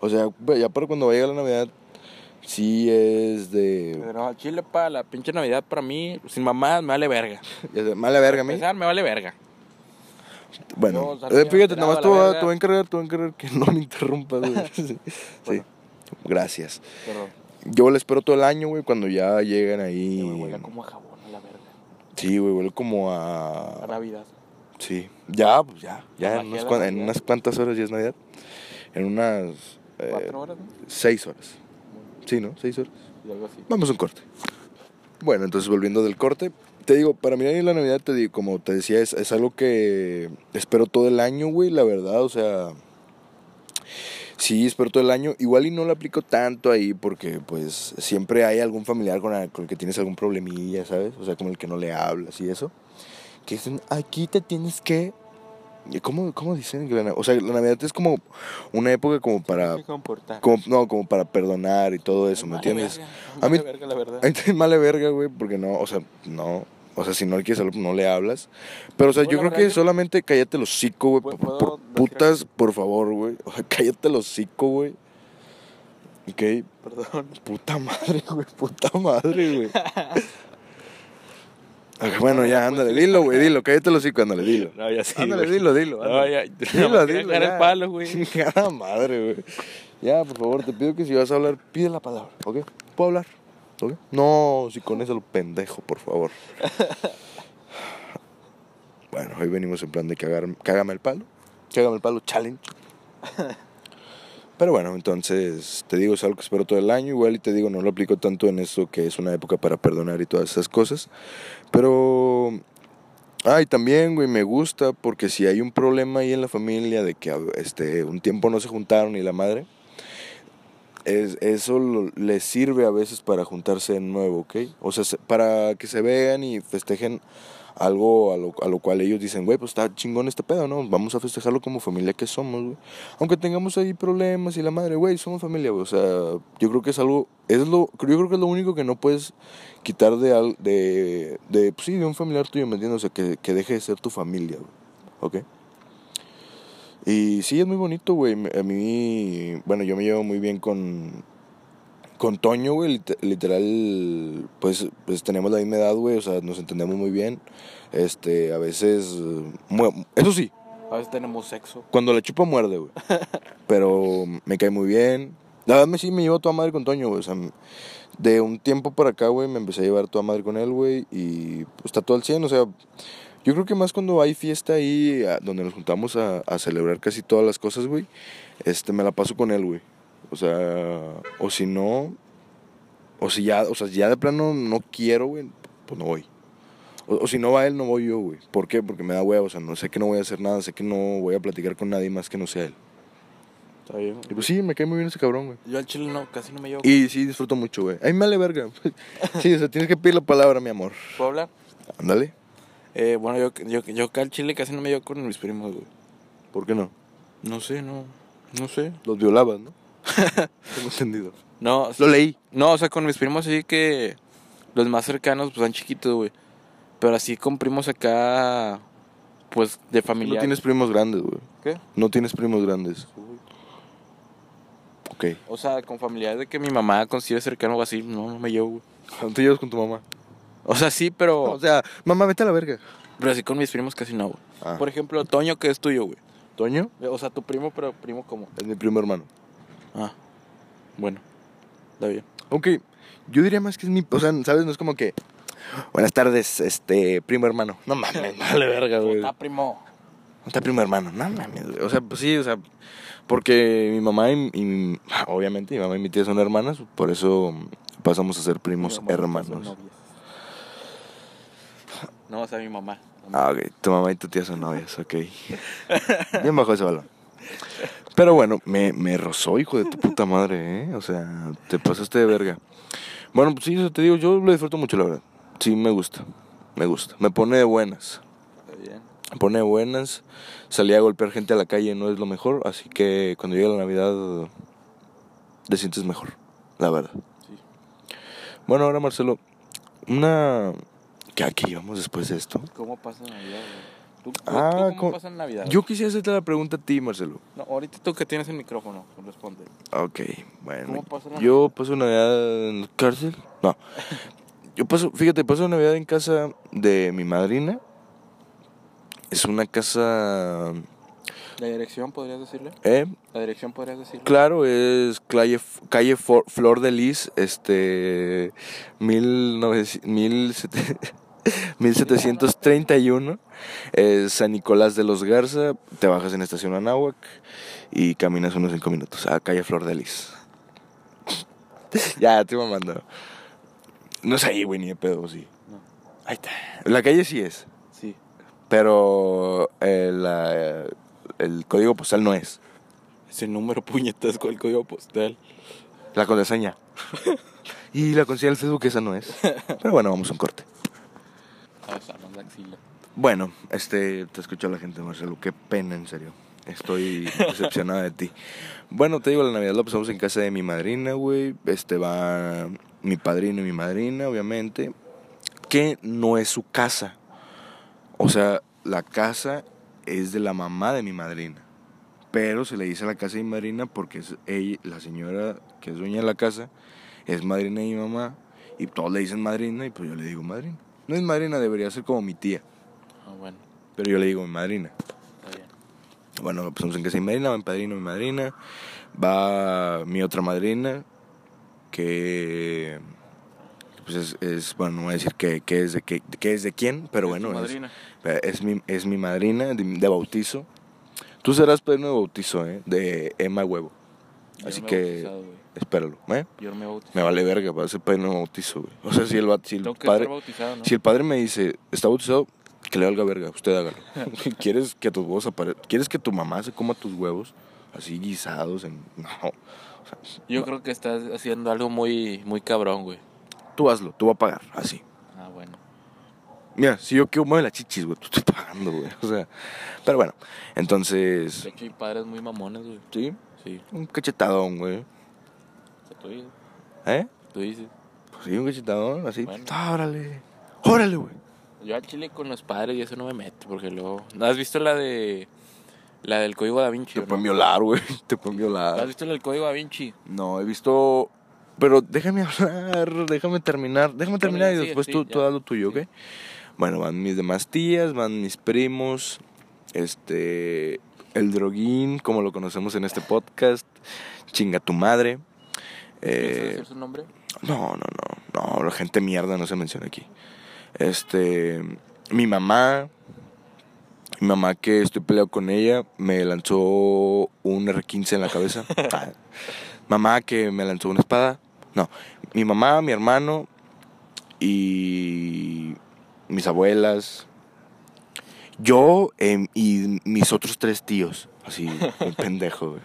[SPEAKER 1] O sea, ya para cuando vaya la Navidad, sí es de...
[SPEAKER 2] Pero al chile, pa, la pinche Navidad para mí, sin mamá, me vale verga.
[SPEAKER 1] ya de- Mala verga, a mí.
[SPEAKER 2] Empezar, me vale verga. No,
[SPEAKER 1] Bueno,
[SPEAKER 2] o sea,
[SPEAKER 1] eh,
[SPEAKER 2] no me
[SPEAKER 1] fíjate,
[SPEAKER 2] enteraba,
[SPEAKER 1] nomás
[SPEAKER 2] la
[SPEAKER 1] tú, vas-
[SPEAKER 2] verga.
[SPEAKER 1] tú vas a encargar, tú vas a encargar que (laughs) no me
[SPEAKER 2] (laughs)
[SPEAKER 1] interrumpas, güey. Sí.
[SPEAKER 2] Bueno.
[SPEAKER 1] Gracias.
[SPEAKER 2] Pero,
[SPEAKER 1] Yo la espero todo el año, güey, cuando ya llegan
[SPEAKER 2] y...
[SPEAKER 1] ahí.
[SPEAKER 2] huele como a jabón, a la verga.
[SPEAKER 1] Sí, güey, huele como
[SPEAKER 2] A
[SPEAKER 1] a...
[SPEAKER 2] Navidad.
[SPEAKER 1] Sí, ya, pues ya. Ya
[SPEAKER 2] La magia
[SPEAKER 1] en unas,
[SPEAKER 2] de
[SPEAKER 1] cuan-
[SPEAKER 2] la
[SPEAKER 1] en
[SPEAKER 2] Navidad.
[SPEAKER 1] unas cuantas horas ya es Navidad. En unas... eh,
[SPEAKER 2] Cuatro horas, ¿no?
[SPEAKER 1] seis horas. Sí, ¿no? Seis horas.
[SPEAKER 2] Y algo así.
[SPEAKER 1] Vamos a un corte. Bueno, entonces volviendo del corte, te digo, para mí la Navidad, te digo, como te decía, es, es algo que espero todo el año, güey, la verdad, o sea, sí, espero todo el año, igual y no lo aplico tanto ahí porque pues siempre hay algún familiar con, el- con el que tienes algún problemilla, ¿sabes? O sea, con el que no le hablas y eso, que dicen, aquí te tienes que... ¿Y ¿Cómo, cómo dicen? que la Nav- O sea, la Navidad es como una época como para...
[SPEAKER 2] Hay que comportar.
[SPEAKER 1] Como, no, como para perdonar y todo ah, eso, ¿me
[SPEAKER 2] Vale
[SPEAKER 1] entiendes?
[SPEAKER 2] verga,
[SPEAKER 1] A mí-
[SPEAKER 2] vale verga, la verdad.
[SPEAKER 1] (laughs) Ahí te mala verga, güey, porque no, o sea, no. O sea, si no le quieres hablar, pues no le hablas. Pero, o sea,
[SPEAKER 2] Bueno,
[SPEAKER 1] yo creo
[SPEAKER 2] la
[SPEAKER 1] que
[SPEAKER 2] verdad yo-
[SPEAKER 1] solamente cállate los hocico, güey.
[SPEAKER 2] ¿Puedo-
[SPEAKER 1] por-
[SPEAKER 2] puedo
[SPEAKER 1] por
[SPEAKER 2] decir
[SPEAKER 1] putas, por favor, güey. O sea, cállate los hocico, güey. Ok,
[SPEAKER 2] Perdón. (laughs)
[SPEAKER 1] puta madre, güey, puta madre, güey. Ok, bueno,
[SPEAKER 2] Pues
[SPEAKER 1] ya, ándale, dilo, güey, dilo, cállate los hocico, ándale, dilo.
[SPEAKER 2] No, ya sí.
[SPEAKER 1] ándale,
[SPEAKER 2] güey.
[SPEAKER 1] dilo, dilo.
[SPEAKER 2] No,
[SPEAKER 1] ándale.
[SPEAKER 2] ya.
[SPEAKER 1] (laughs) Dilo,
[SPEAKER 2] no,
[SPEAKER 1] dilo, ya.
[SPEAKER 2] el palo, güey.
[SPEAKER 1] (laughs) Chingada madre, güey. Ya, por favor, te pido que si vas a hablar, pide la palabra, ¿ok? ¿Puedo hablar? ¿Ok? No, si con eso lo pendejo, por favor. (laughs) Bueno, hoy venimos en plan de cagar, cágame el palo. Cágame el palo challenge. Pero bueno, entonces te digo, es algo que espero todo el año. Igual y te digo, no lo aplico tanto en eso que es una época para perdonar y todas esas cosas. Pero. Ay, también, güey, me gusta porque si hay un problema ahí en la familia de que este, un tiempo no se juntaron y la madre, es, eso lo- les sirve a veces para juntarse de nuevo, ¿ok? O sea, se- para que se vean y festejen algo a lo, a lo cual ellos dicen, güey, pues está chingón este pedo, ¿no? Vamos a festejarlo como familia que somos, güey. Aunque tengamos ahí problemas y la madre, güey, somos familia, güey. O sea, yo creo que es algo, es lo, yo creo que es lo único que no puedes quitar de, al- de, de, pues sí, de un familiar tuyo, ¿me entiendes? O sea, que, que deje de ser tu familia, güey. ¿Ok? Y sí, es muy bonito, güey. Me- A mí, bueno, yo me llevo muy bien con, con Toño, güey. lit- Literal, pues, pues tenemos la misma edad, güey. O sea, nos entendemos muy bien. Este, a veces, eh, mu- eso sí,
[SPEAKER 2] A veces tenemos sexo.
[SPEAKER 1] cuando la chupa muerde, güey. Pero me cae muy bien. La verdad, me, sí me llevo toda madre con Toño, güey. O sea, de un tiempo para acá, güey, me empecé a llevar toda madre con él, güey. Y pues, está todo al 100. O sea, yo creo que más cuando hay fiesta ahí, a- donde nos juntamos a, a celebrar casi todas las cosas, güey, este, me la paso con él, güey. O sea, o si no, o si ya, o sea, ya de plano no quiero, güey, pues no voy. O, o si no va él, no voy yo, güey. ¿Por qué? Porque me da hueva, o sea, no sé que no voy a hacer nada, sé que no voy a platicar con nadie más que no sea él.
[SPEAKER 2] Está bien.
[SPEAKER 1] Y pues sí, me cae muy bien ese cabrón, güey.
[SPEAKER 2] Yo al chile no, casi no me llevo.
[SPEAKER 1] Y sí, disfruto mucho, güey. (laughs) Ay, me vale verga. Sí, o sea, tienes que pedir la palabra, mi amor.
[SPEAKER 2] ¿Puedo hablar?
[SPEAKER 1] Ándale.
[SPEAKER 2] Eh, bueno, yo, yo, yo acá al chile casi no me llevo con mis primos, güey.
[SPEAKER 1] ¿Por qué no?
[SPEAKER 2] No sé, no. No sé.
[SPEAKER 1] Los violabas, (laughs) ¿no? Tengo entendido.
[SPEAKER 2] No, o sea-
[SPEAKER 1] Lo leí.
[SPEAKER 2] no, o sea, con mis primos sí que los más cercanos pues están chiquitos, güey. Pero así con primos acá, pues de
[SPEAKER 1] Tú No
[SPEAKER 2] familia.
[SPEAKER 1] tienes primos grandes, güey.
[SPEAKER 2] ¿Qué?
[SPEAKER 1] No tienes primos grandes. Ok.
[SPEAKER 2] O sea, con familiares de que mi mamá considera cercano o así, no, no me llevo, güey.
[SPEAKER 1] ¿Tú te llevas con tu mamá?
[SPEAKER 2] O sea, sí, pero,
[SPEAKER 1] O sea, mamá, vete a la verga.
[SPEAKER 2] pero así con mis primos casi no, güey.
[SPEAKER 1] Ah.
[SPEAKER 2] Por ejemplo, Toño, que es tuyo, güey.
[SPEAKER 1] ¿Toño?
[SPEAKER 2] O sea, tu primo, pero primo como.
[SPEAKER 1] Es mi primo hermano.
[SPEAKER 2] Ah, bueno. Está bien.
[SPEAKER 1] Ok. Yo diría más que es mi... O sea, ¿sabes? No es como que... Buenas tardes, este... Primo hermano. No mames, (laughs) vale verga, güey.
[SPEAKER 2] Está primo.
[SPEAKER 1] No está primo hermano, no mames, güey. O sea, pues sí, o sea, porque mi mamá y, y- obviamente mi mamá y mi tía son hermanas, por eso pasamos a ser primos
[SPEAKER 2] Mi mamá y mi tía son
[SPEAKER 1] hermanos.
[SPEAKER 2] novias. No, o sea, mi mamá.
[SPEAKER 1] Ah, ok, tu mamá y tu tía son novias, ok. Bien bajo ese balón. Pero bueno, me, me rozó, hijo de tu puta madre, ¿eh? O sea, te pasaste de verga. Bueno, pues sí, o sea, te digo, yo lo disfruto mucho, la verdad. Sí, me gusta, me gusta. Me pone de buenas.
[SPEAKER 2] Está bien.
[SPEAKER 1] Me pone de buenas. Salí a golpear gente a la calle, no es lo mejor. Así que cuando llega la Navidad, te sientes mejor, la verdad.
[SPEAKER 2] Sí.
[SPEAKER 1] Bueno, ahora Marcelo, una... ¿Qué aquí vamos después de esto?
[SPEAKER 2] ¿Cómo pasa Navidad, güey? ¿Tú, tú-
[SPEAKER 1] Ah,
[SPEAKER 2] tú cómo
[SPEAKER 1] con-
[SPEAKER 2] pasa Navidad?
[SPEAKER 1] Yo quisiera hacerte la pregunta a ti, Marcelo.
[SPEAKER 2] No, ahorita tú que tienes el micrófono, responde.
[SPEAKER 1] Ok, bueno.
[SPEAKER 2] ¿Cómo pasó la
[SPEAKER 1] Yo paso Navidad en la cárcel. No. Yo paso, fíjate, paso Navidad en casa de mi madrina. Es una casa.
[SPEAKER 2] ¿La dirección podrías decirle?
[SPEAKER 1] Eh,
[SPEAKER 2] ¿La dirección podrías decirle?
[SPEAKER 1] claro, es calle, calle Fo- Flor de Lis, este. mil novec- mil sete- (laughs) 1731, eh, San Nicolás de los Garza. Te bajas en Estación Anáhuac y caminas unos 5 minutos a calle Flor de Lis. (laughs) ya, te iba mandando. No sé ahí, güey, ni de pedo, sí.
[SPEAKER 2] No.
[SPEAKER 1] Ahí está. La calle sí es,
[SPEAKER 2] Sí.
[SPEAKER 1] pero eh, la- el código postal no es.
[SPEAKER 2] Ese
[SPEAKER 1] (laughs)
[SPEAKER 2] número puñetas con el código postal.
[SPEAKER 1] La contraseña. y la contraseña del Facebook esa no es. Pero bueno, vamos a un corte.
[SPEAKER 2] Ah, esa no es la axila.
[SPEAKER 1] Bueno, este, te escuchó la gente, Marcelo. Qué pena, en serio. Estoy decepcionada de ti. Bueno, te digo, la Navidad la pasamos en casa de mi madrina, güey. Este va mi padrino y mi madrina, obviamente. Que no es su casa. O sea, la casa es de la mamá de mi madrina. Pero se le dice la casa de mi madrina porque es ella, la señora que es dueña de la casa es madrina de mi mamá. Y todos le dicen madrina y pues yo le digo madrina. No es madrina, debería ser como mi tía.
[SPEAKER 2] Ah, bueno,
[SPEAKER 1] Pero yo le digo mi madrina.
[SPEAKER 2] está bien.
[SPEAKER 1] Bueno, pues en que soy madrina, va mi padrino, mi madrina. Va mi otra madrina, que. Pues es, es, bueno, no voy a decir que, que es de, que, que es de quién, pero
[SPEAKER 2] Es
[SPEAKER 1] bueno,
[SPEAKER 2] tu
[SPEAKER 1] es-
[SPEAKER 2] madrina.
[SPEAKER 1] es, mi, es mi madrina de, de bautizo. Tú serás padrino de bautizo, ¿eh? De Emma Huevo.
[SPEAKER 2] Yo
[SPEAKER 1] Así
[SPEAKER 2] no me he
[SPEAKER 1] que,
[SPEAKER 2] bautizado, güey.
[SPEAKER 1] espéralo, ¿eh?
[SPEAKER 2] Yo no me he bautizado.
[SPEAKER 1] Me vale verga para ser padrino de bautizo, güey. O sea, si el, va- si el
[SPEAKER 2] Tengo que
[SPEAKER 1] padre.
[SPEAKER 2] estar bautizado, ¿no?
[SPEAKER 1] Si el padre me dice, está bautizado, que le valga verga, usted
[SPEAKER 2] (laughs)
[SPEAKER 1] hágalo. (laughs) ¿Quieres que tus huevos apare- ¿Quieres que tu mamá se coma tus huevos así guisados? En... No.
[SPEAKER 2] Yo creo que estás haciendo algo muy, muy cabrón, güey.
[SPEAKER 1] Tú hazlo, tú vas a pagar, así.
[SPEAKER 2] Ah, bueno.
[SPEAKER 1] Mira, si yo quiero mueve las chichis, güey, tú estás pagando, güey. O sea, pero bueno, entonces.
[SPEAKER 2] De hecho, hay padres muy mamones, güey.
[SPEAKER 1] Sí,
[SPEAKER 2] Sí,
[SPEAKER 1] un cachetadón, güey.
[SPEAKER 2] o sea, tú dices.
[SPEAKER 1] ¿Eh?
[SPEAKER 2] Tú dices.
[SPEAKER 1] Pues sí, un cachetadón, así.
[SPEAKER 2] Bueno.
[SPEAKER 1] Ah, órale. Órale, güey.
[SPEAKER 2] Yo al chile con los padres y eso no me meto, porque luego... ¿No ¿Has visto la de... La del Código Da Vinci?
[SPEAKER 1] Te
[SPEAKER 2] o no?
[SPEAKER 1] pueden violar, güey. (laughs) Te pueden
[SPEAKER 2] ¿Has
[SPEAKER 1] violar.
[SPEAKER 2] visto la del Código Da Vinci?
[SPEAKER 1] No, he visto. Pero déjame (laughs) hablar, déjame terminar, déjame terminar y
[SPEAKER 2] sigue,
[SPEAKER 1] después
[SPEAKER 2] sí,
[SPEAKER 1] tú, tú
[SPEAKER 2] ya.
[SPEAKER 1] haz lo tuyo,
[SPEAKER 2] Sí.
[SPEAKER 1] ¿ok? Bueno, van mis demás tías, van mis primos, este. El droguín, como lo conocemos en este podcast. Chinga tu madre.
[SPEAKER 2] ¿Quieres
[SPEAKER 1] Eh,
[SPEAKER 2] decir su nombre?
[SPEAKER 1] no, no, no, no, la gente mierda no se menciona aquí. Este, mi mamá, mi mamá que estoy peleado con ella, me lanzó un R15 en la cabeza. Ah. mamá que me lanzó una espada. No, mi mamá, mi hermano y mis abuelas. Yo em, y mis otros tres tíos. Así, un pendejo, güey.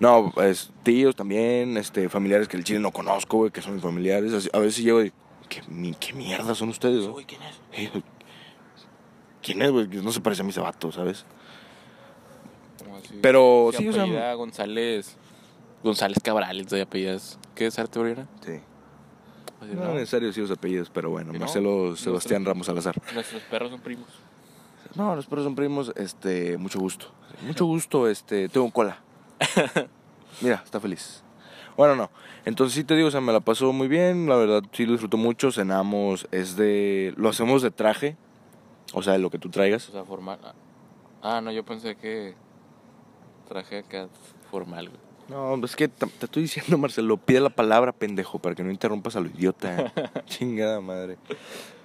[SPEAKER 1] No, pues, tíos también, este, familiares que el chile no conozco, güey, que son mis familiares. Así, a veces llego y, ¿qué, mi- qué mierda son ustedes,
[SPEAKER 2] Uy,
[SPEAKER 1] güey?
[SPEAKER 2] ¿quién es?
[SPEAKER 1] Eh, güey, (laughs) ¿Quién es, güey? Que No se parece a mis zapatos, ¿sabes?
[SPEAKER 2] ¿Cómo así?
[SPEAKER 1] Pero
[SPEAKER 2] Se
[SPEAKER 1] sí, o sea,
[SPEAKER 2] apellida González... González Cabral, de apellidas. ¿Qué es arte, Oriana?
[SPEAKER 1] sí.
[SPEAKER 2] Pues,
[SPEAKER 1] No,
[SPEAKER 2] no,
[SPEAKER 1] en serio, sí los apellidos, pero bueno,
[SPEAKER 2] Sí, no,
[SPEAKER 1] Marcelo
[SPEAKER 2] los
[SPEAKER 1] Sebastián
[SPEAKER 2] tres.
[SPEAKER 1] Ramos Salazar.
[SPEAKER 2] Nuestros perros son primos.
[SPEAKER 1] No, los perros son primos, este, mucho gusto. Mucho gusto, este, tengo (laughs) cola. Mira, está feliz. Bueno, no. Entonces sí te digo, o sea, me la pasó muy bien, la verdad sí lo disfruto mucho, cenamos, es de lo hacemos de traje, o sea, de lo que tú
[SPEAKER 2] O
[SPEAKER 1] traigas.
[SPEAKER 2] sea, formal. Ah, no, yo pensé que traje acá formal, güey.
[SPEAKER 1] No, es que te te estoy diciendo, (laughs) Marcelo, pide la palabra, pendejo, para que no interrumpas a lo
[SPEAKER 2] (laughs)
[SPEAKER 1] idiota. Chingada madre.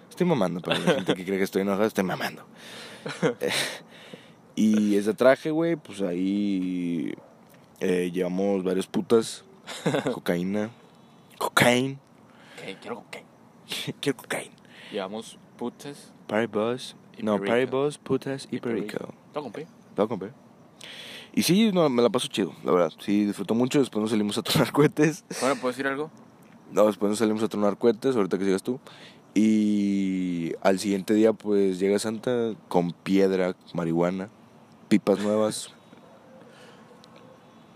[SPEAKER 1] Estoy mamando, para la gente que cree que estoy enojado,
[SPEAKER 2] (laughs)
[SPEAKER 1] estoy mamando. Eh, y es de traje, güey, pues ahí eh, llevamos
[SPEAKER 2] (laughs)
[SPEAKER 1] varias putas, cocaína, cocaine, (laughs)
[SPEAKER 2] Ok, quiero ok.
[SPEAKER 1] quiero cocaine.
[SPEAKER 2] Llevamos putas.
[SPEAKER 1] Party bus,
[SPEAKER 2] Y
[SPEAKER 1] no,
[SPEAKER 2] perico.
[SPEAKER 1] party bus, putas y
[SPEAKER 2] Y perico.
[SPEAKER 1] perico.
[SPEAKER 2] Lo compré.
[SPEAKER 1] Todo compré. Y sí, no, me la paso chido, la verdad. Sí, disfrutó mucho, después nos salimos a tomar (laughs) cohetes.
[SPEAKER 2] Bueno, ¿puedo decir algo?
[SPEAKER 1] No, después nos salimos a tronar cohetes, ahorita que sigas tú. Y al siguiente día, pues llega Santa con piedra, marihuana, pipas (laughs) nuevas.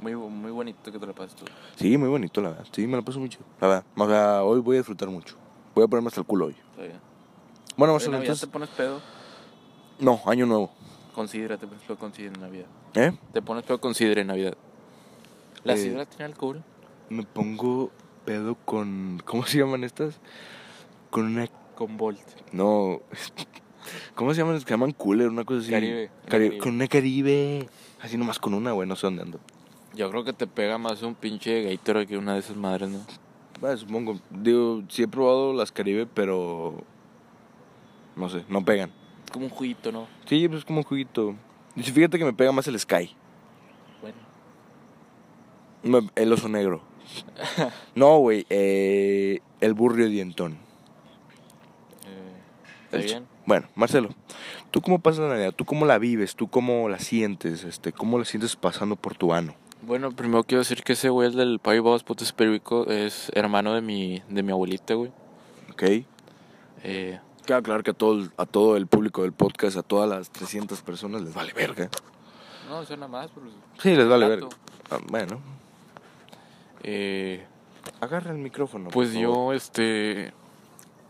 [SPEAKER 2] Muy, bu- muy bonito que te lo pases tú.
[SPEAKER 1] Sí, muy bonito, la verdad. Sí, me la paso muy chido. La verdad. O sea, hoy voy a disfrutar mucho. Voy a ponerme hasta el culo hoy.
[SPEAKER 2] Está bien.
[SPEAKER 1] Bueno,
[SPEAKER 2] Oye,
[SPEAKER 1] Marcelo,
[SPEAKER 2] Navidad
[SPEAKER 1] entonces.
[SPEAKER 2] te pones pedo,
[SPEAKER 1] No, año nuevo.
[SPEAKER 2] considérate, pues lo considera en Navidad.
[SPEAKER 1] ¿Eh?
[SPEAKER 2] Te pones pedo, considera en Navidad. ¿La
[SPEAKER 1] Eh.
[SPEAKER 2] sidra tiene alcohol?
[SPEAKER 1] Me pongo pedo con. ¿Cómo se llaman estas? Con una.
[SPEAKER 2] Con Volt.
[SPEAKER 1] No. (laughs) ¿Cómo se llaman? Se llaman cooler, una cosa así.
[SPEAKER 2] Caribe.
[SPEAKER 1] Cari-
[SPEAKER 2] Caribe.
[SPEAKER 1] Con una caribe. Así nomás con una, güey, no sé dónde ando.
[SPEAKER 2] Yo creo que te pega más un pinche Gatorade que una de esas madres, ¿no?
[SPEAKER 1] Bueno, supongo. Digo, sí he probado las Caribe, pero. No sé, no pegan.
[SPEAKER 2] Es como un juguito, ¿no?
[SPEAKER 1] Sí, pues es como un juguito. Y sí, Fíjate que me pega más el Sky.
[SPEAKER 2] Bueno.
[SPEAKER 1] Me- El oso (laughs) negro. No, güey. eh, el burrio dientón.
[SPEAKER 2] Eh, ¿Está
[SPEAKER 1] El ch-
[SPEAKER 2] bien?
[SPEAKER 1] Bueno, Marcelo, ¿tú cómo pasas la Navidad? ¿Tú cómo la vives? ¿Tú cómo la sientes? Este, ¿Cómo la sientes pasando por tu ano?
[SPEAKER 2] Bueno, primero quiero decir que ese güey, el del Pai Boss Putos Perico, es hermano de mi, de mi abuelita, güey.
[SPEAKER 1] ¿Ok?
[SPEAKER 2] Eh,
[SPEAKER 1] Queda claro que a todo, el- a todo el público del podcast, a todas las 300 personas, les vale verga.
[SPEAKER 2] no, suena más, pero...
[SPEAKER 1] Sí, les vale
[SPEAKER 2] Dato.
[SPEAKER 1] verga. Ah, bueno,
[SPEAKER 2] Eh,
[SPEAKER 1] agarra el micrófono. por
[SPEAKER 2] pues
[SPEAKER 1] favor.
[SPEAKER 2] yo, este...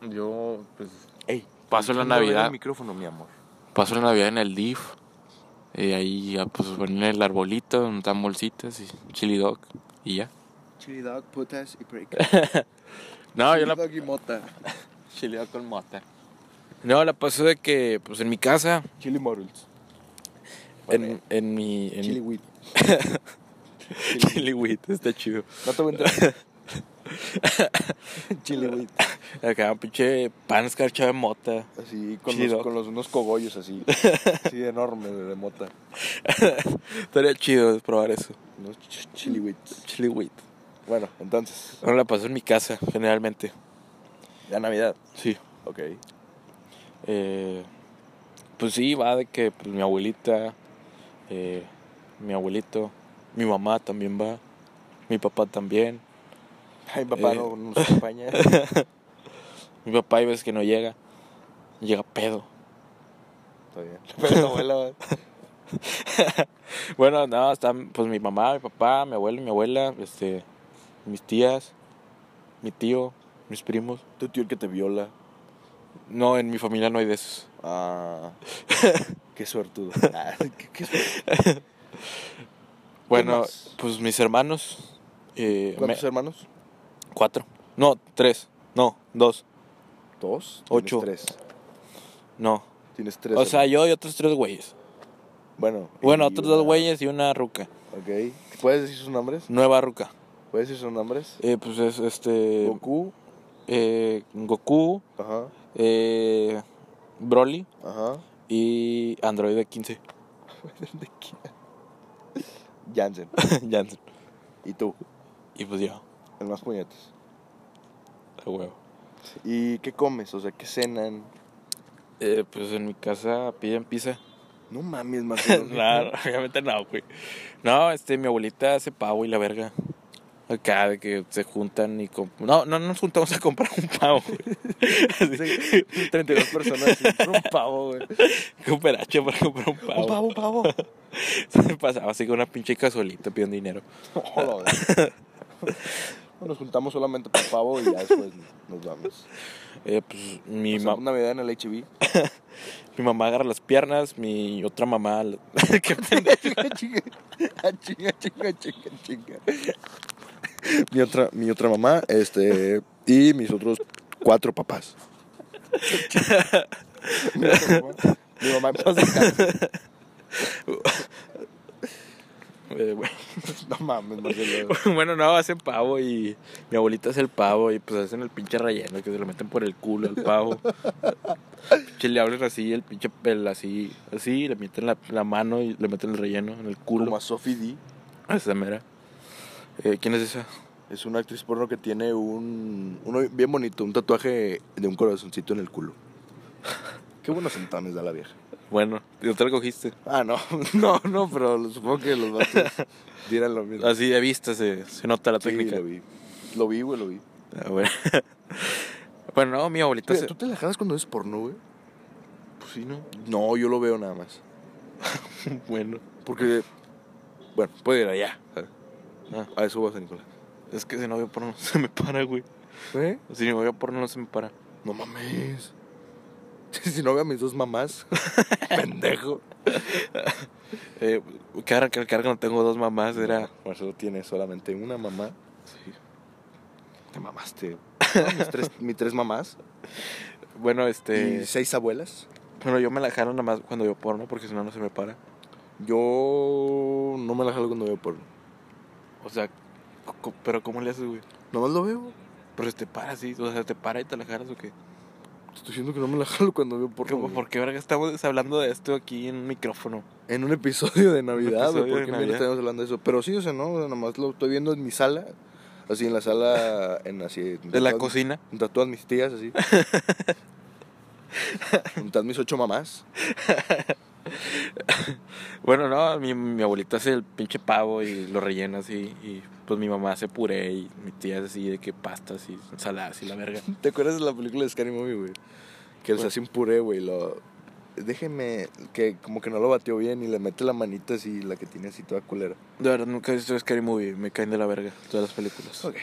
[SPEAKER 2] Yo, pues...
[SPEAKER 1] Ey,
[SPEAKER 2] Paso la
[SPEAKER 1] chinga, abre
[SPEAKER 2] Navidad.
[SPEAKER 1] El micrófono, mi amor.
[SPEAKER 2] Paso la Navidad en el DIF. Eh, ahí, ya, pues, ponen el arbolito, untan bolsitas y chili dog y ya.
[SPEAKER 1] Chili dog, putas y break.
[SPEAKER 2] No, yo Ah, la...
[SPEAKER 1] y mota.
[SPEAKER 2] Chili dog con mota. No, la pasó de que, pues en mi casa,
[SPEAKER 1] Chili Models.
[SPEAKER 2] en, en mi. En,
[SPEAKER 1] Chili Wheat.
[SPEAKER 2] Chili Wheat, está (laughs) chido.
[SPEAKER 1] No te voy a entrar. Chili Wheat.
[SPEAKER 2] (laughs) Acá, pinche pan escarchado de mota.
[SPEAKER 1] Así, con,
[SPEAKER 2] Chili
[SPEAKER 1] los,
[SPEAKER 2] dog.
[SPEAKER 1] con los- unos cogollos
[SPEAKER 2] (laughs)
[SPEAKER 1] así. así enormes de mota.
[SPEAKER 2] Estaría chido probar eso.
[SPEAKER 1] Unos ch- Chili Wheats.
[SPEAKER 2] Chili Wheat.
[SPEAKER 1] Bueno, entonces,
[SPEAKER 2] Bueno, la pasó en mi casa, generalmente.
[SPEAKER 1] ya Navidad.
[SPEAKER 2] Sí.
[SPEAKER 1] Ok.
[SPEAKER 2] Eh, pues sí, va de que pues, mi abuelita, eh, mi abuelito, mi mamá también va, mi papá también.
[SPEAKER 1] Ay, papá
[SPEAKER 2] Eh.
[SPEAKER 1] no (laughs) nos acompaña. Está
[SPEAKER 2] Mi papá hay veces que no llega, llega pedo. (laughs)
[SPEAKER 1] bien. Pero la abuela.
[SPEAKER 2] Bueno, no, están pues mi mamá, mi papá, mi abuelo, mi abuela, este, mis tías, mi tío, mis primos.
[SPEAKER 1] Tu tío el que te viola.
[SPEAKER 2] No, en mi familia no hay de esos. (laughs)
[SPEAKER 1] Ah. Qué suertudo. Ah, qué, qué suertudo.
[SPEAKER 2] Bueno,
[SPEAKER 1] más?
[SPEAKER 2] pues mis hermanos, eh,
[SPEAKER 1] ¿Cuántos
[SPEAKER 2] me-
[SPEAKER 1] hermanos?
[SPEAKER 2] cuatro, no, tres, no, dos,
[SPEAKER 1] Dos.
[SPEAKER 2] Ocho.
[SPEAKER 1] Tienes tres.
[SPEAKER 2] no.
[SPEAKER 1] Tienes tres.
[SPEAKER 2] O sea,
[SPEAKER 1] hermanos.
[SPEAKER 2] yo y otros tres güeyes.
[SPEAKER 1] Bueno.
[SPEAKER 2] Bueno,
[SPEAKER 1] y
[SPEAKER 2] otros dos
[SPEAKER 1] una-
[SPEAKER 2] güeyes y una ruca.
[SPEAKER 1] Ok. ¿Puedes decir sus nombres?
[SPEAKER 2] Nueva ruca.
[SPEAKER 1] ¿Puedes decir sus nombres?
[SPEAKER 2] Eh, pues es este.
[SPEAKER 1] Goku.
[SPEAKER 2] eh, Goku.
[SPEAKER 1] Ajá.
[SPEAKER 2] eh, Broly.
[SPEAKER 1] Ajá.
[SPEAKER 2] Y Android (laughs) 15.
[SPEAKER 1] ¿De quién? Jansen.
[SPEAKER 2] Jansen.
[SPEAKER 1] Y tú,
[SPEAKER 2] Y pues yo,
[SPEAKER 1] el más puñetes.
[SPEAKER 2] a huevo.
[SPEAKER 1] ¿Y qué comes? O sea, ¿qué cenan?
[SPEAKER 2] Eh, pues en mi casa piden pizza.
[SPEAKER 1] No
[SPEAKER 2] (laughs)
[SPEAKER 1] mames, más
[SPEAKER 2] Claro, obviamente no, güey. No, este, mi abuelita hace pavo y la verga. Acá de que se juntan y comp- No, no nos juntamos a comprar un pavo,
[SPEAKER 1] (laughs)
[SPEAKER 2] güey. Así,
[SPEAKER 1] 32 personas. sí, por Un pavo, güey.
[SPEAKER 2] cooperacha para comprar un (laughs) pavo.
[SPEAKER 1] Un pavo, un pavo.
[SPEAKER 2] Se (laughs) pasaba así con una pinche cazuelita pidiendo dinero.
[SPEAKER 1] Hola, güey. No, Nos juntamos solamente por pavo y ya después nos vamos.
[SPEAKER 2] Eh, pues mi,
[SPEAKER 1] Pasamos
[SPEAKER 2] ma-
[SPEAKER 1] Navidad en el HIV.
[SPEAKER 2] mi mamá agarra las piernas, mi otra mamá. la- (laughs) Qué pendejo.
[SPEAKER 1] chinga, chinga, Ah, chinga, chinga, chinga, chinga. (laughs) Mi otra, mi otra mamá, este, y mis otros cuatro papás. (laughs) mi, otra mamá, mi mamá en paz descanse.
[SPEAKER 2] Eh, bueno,
[SPEAKER 1] (laughs) No mames, Marcelo.
[SPEAKER 2] bueno, no, hacen pavo y mi abuelita hace el pavo y pues hacen el pinche relleno que se lo meten por el culo al pavo. pinche le abren así, el pinche pel así, así, le meten la, la mano y le meten el relleno en el
[SPEAKER 1] Como
[SPEAKER 2] culo.
[SPEAKER 1] a Sophie D.
[SPEAKER 2] Esa mera. Eh, ¿Quién es esa?
[SPEAKER 1] Es una actriz porno que tiene un, uno bien bonito, un tatuaje de un corazoncito en el culo. Qué buenos sentones da la vieja.
[SPEAKER 2] Bueno, yo te la cogiste.
[SPEAKER 1] Ah, no, (laughs) no, no, pero supongo que los vatos dirán lo mismo.
[SPEAKER 2] Así de vista se, se nota la
[SPEAKER 1] Sí,
[SPEAKER 2] técnica.
[SPEAKER 1] lo vi. Lo vi, güey, lo vi.
[SPEAKER 2] Ah, bueno. (laughs) bueno, no, mi abuelita.
[SPEAKER 1] Oye,
[SPEAKER 2] se-
[SPEAKER 1] ¿Tú te la jalas cuando es porno, güey?
[SPEAKER 2] Pues sí, ¿no?
[SPEAKER 1] No, yo lo veo nada más.
[SPEAKER 2] Bueno.
[SPEAKER 1] Porque, bueno, puede ir allá.
[SPEAKER 2] Ah,
[SPEAKER 1] A eso vas a Nicolás.
[SPEAKER 2] es que si no veo porno no se me para, güey.
[SPEAKER 1] ¿Eh?
[SPEAKER 2] Si no veo porno no se me para.
[SPEAKER 1] No mames. (laughs) Si no veo a mis dos (laughs) mamás, pendejo.
[SPEAKER 2] Eh, carga, carga, carga, no tengo dos mamás, era...
[SPEAKER 1] Marcelo tiene solamente una mamá.
[SPEAKER 2] sí.
[SPEAKER 1] Te mamaste. No, mis, tres, (laughs) mis tres mamás
[SPEAKER 2] Bueno, este...
[SPEAKER 1] y seis abuelas.
[SPEAKER 2] Bueno, yo me la jalo nada más cuando veo porno porque si no, no se me para.
[SPEAKER 1] Yo no me la jalo cuando veo porno.
[SPEAKER 2] O sea, co- co- pero ¿cómo le haces, güey?
[SPEAKER 1] Nomás lo veo.
[SPEAKER 2] Pero se te para, sí. O sea, ¿te para y te la jalas o qué?
[SPEAKER 1] Te estoy diciendo que no me la (laughs) jalo cuando veo
[SPEAKER 2] ¿Por qué,
[SPEAKER 1] porno. güey.
[SPEAKER 2] por qué, verga, estamos hablando de esto aquí en un micrófono?
[SPEAKER 1] En un episodio de Navidad,
[SPEAKER 2] episodio
[SPEAKER 1] güey,
[SPEAKER 2] de
[SPEAKER 1] porque mira,
[SPEAKER 2] Navidad.
[SPEAKER 1] estamos hablando de eso. Pero sí, o sea, no, o sea, nomás lo estoy viendo en mi sala, así en
[SPEAKER 2] (laughs)
[SPEAKER 1] la sala, en así.
[SPEAKER 2] De la cocina.
[SPEAKER 1] Junto a todas mis
[SPEAKER 2] (laughs)
[SPEAKER 1] tías, así. junto a mis ocho mamás.
[SPEAKER 2] Bueno, no, mi, mi abuelita hace el pinche pavo y lo rellena así. Y pues mi mamá hace puré y mi tía hace así de que pastas y ensaladas y la verga.
[SPEAKER 1] ¿Te acuerdas de la película de Scary Movie, güey? Que les
[SPEAKER 2] Bueno.
[SPEAKER 1] hace un puré, güey, lo... Déjeme, que como que no lo batió bien y le mete la manita así, la que tiene así toda culera.
[SPEAKER 2] De verdad, nunca he visto Scary Movie. Me caen de la verga todas las películas.
[SPEAKER 1] Ok.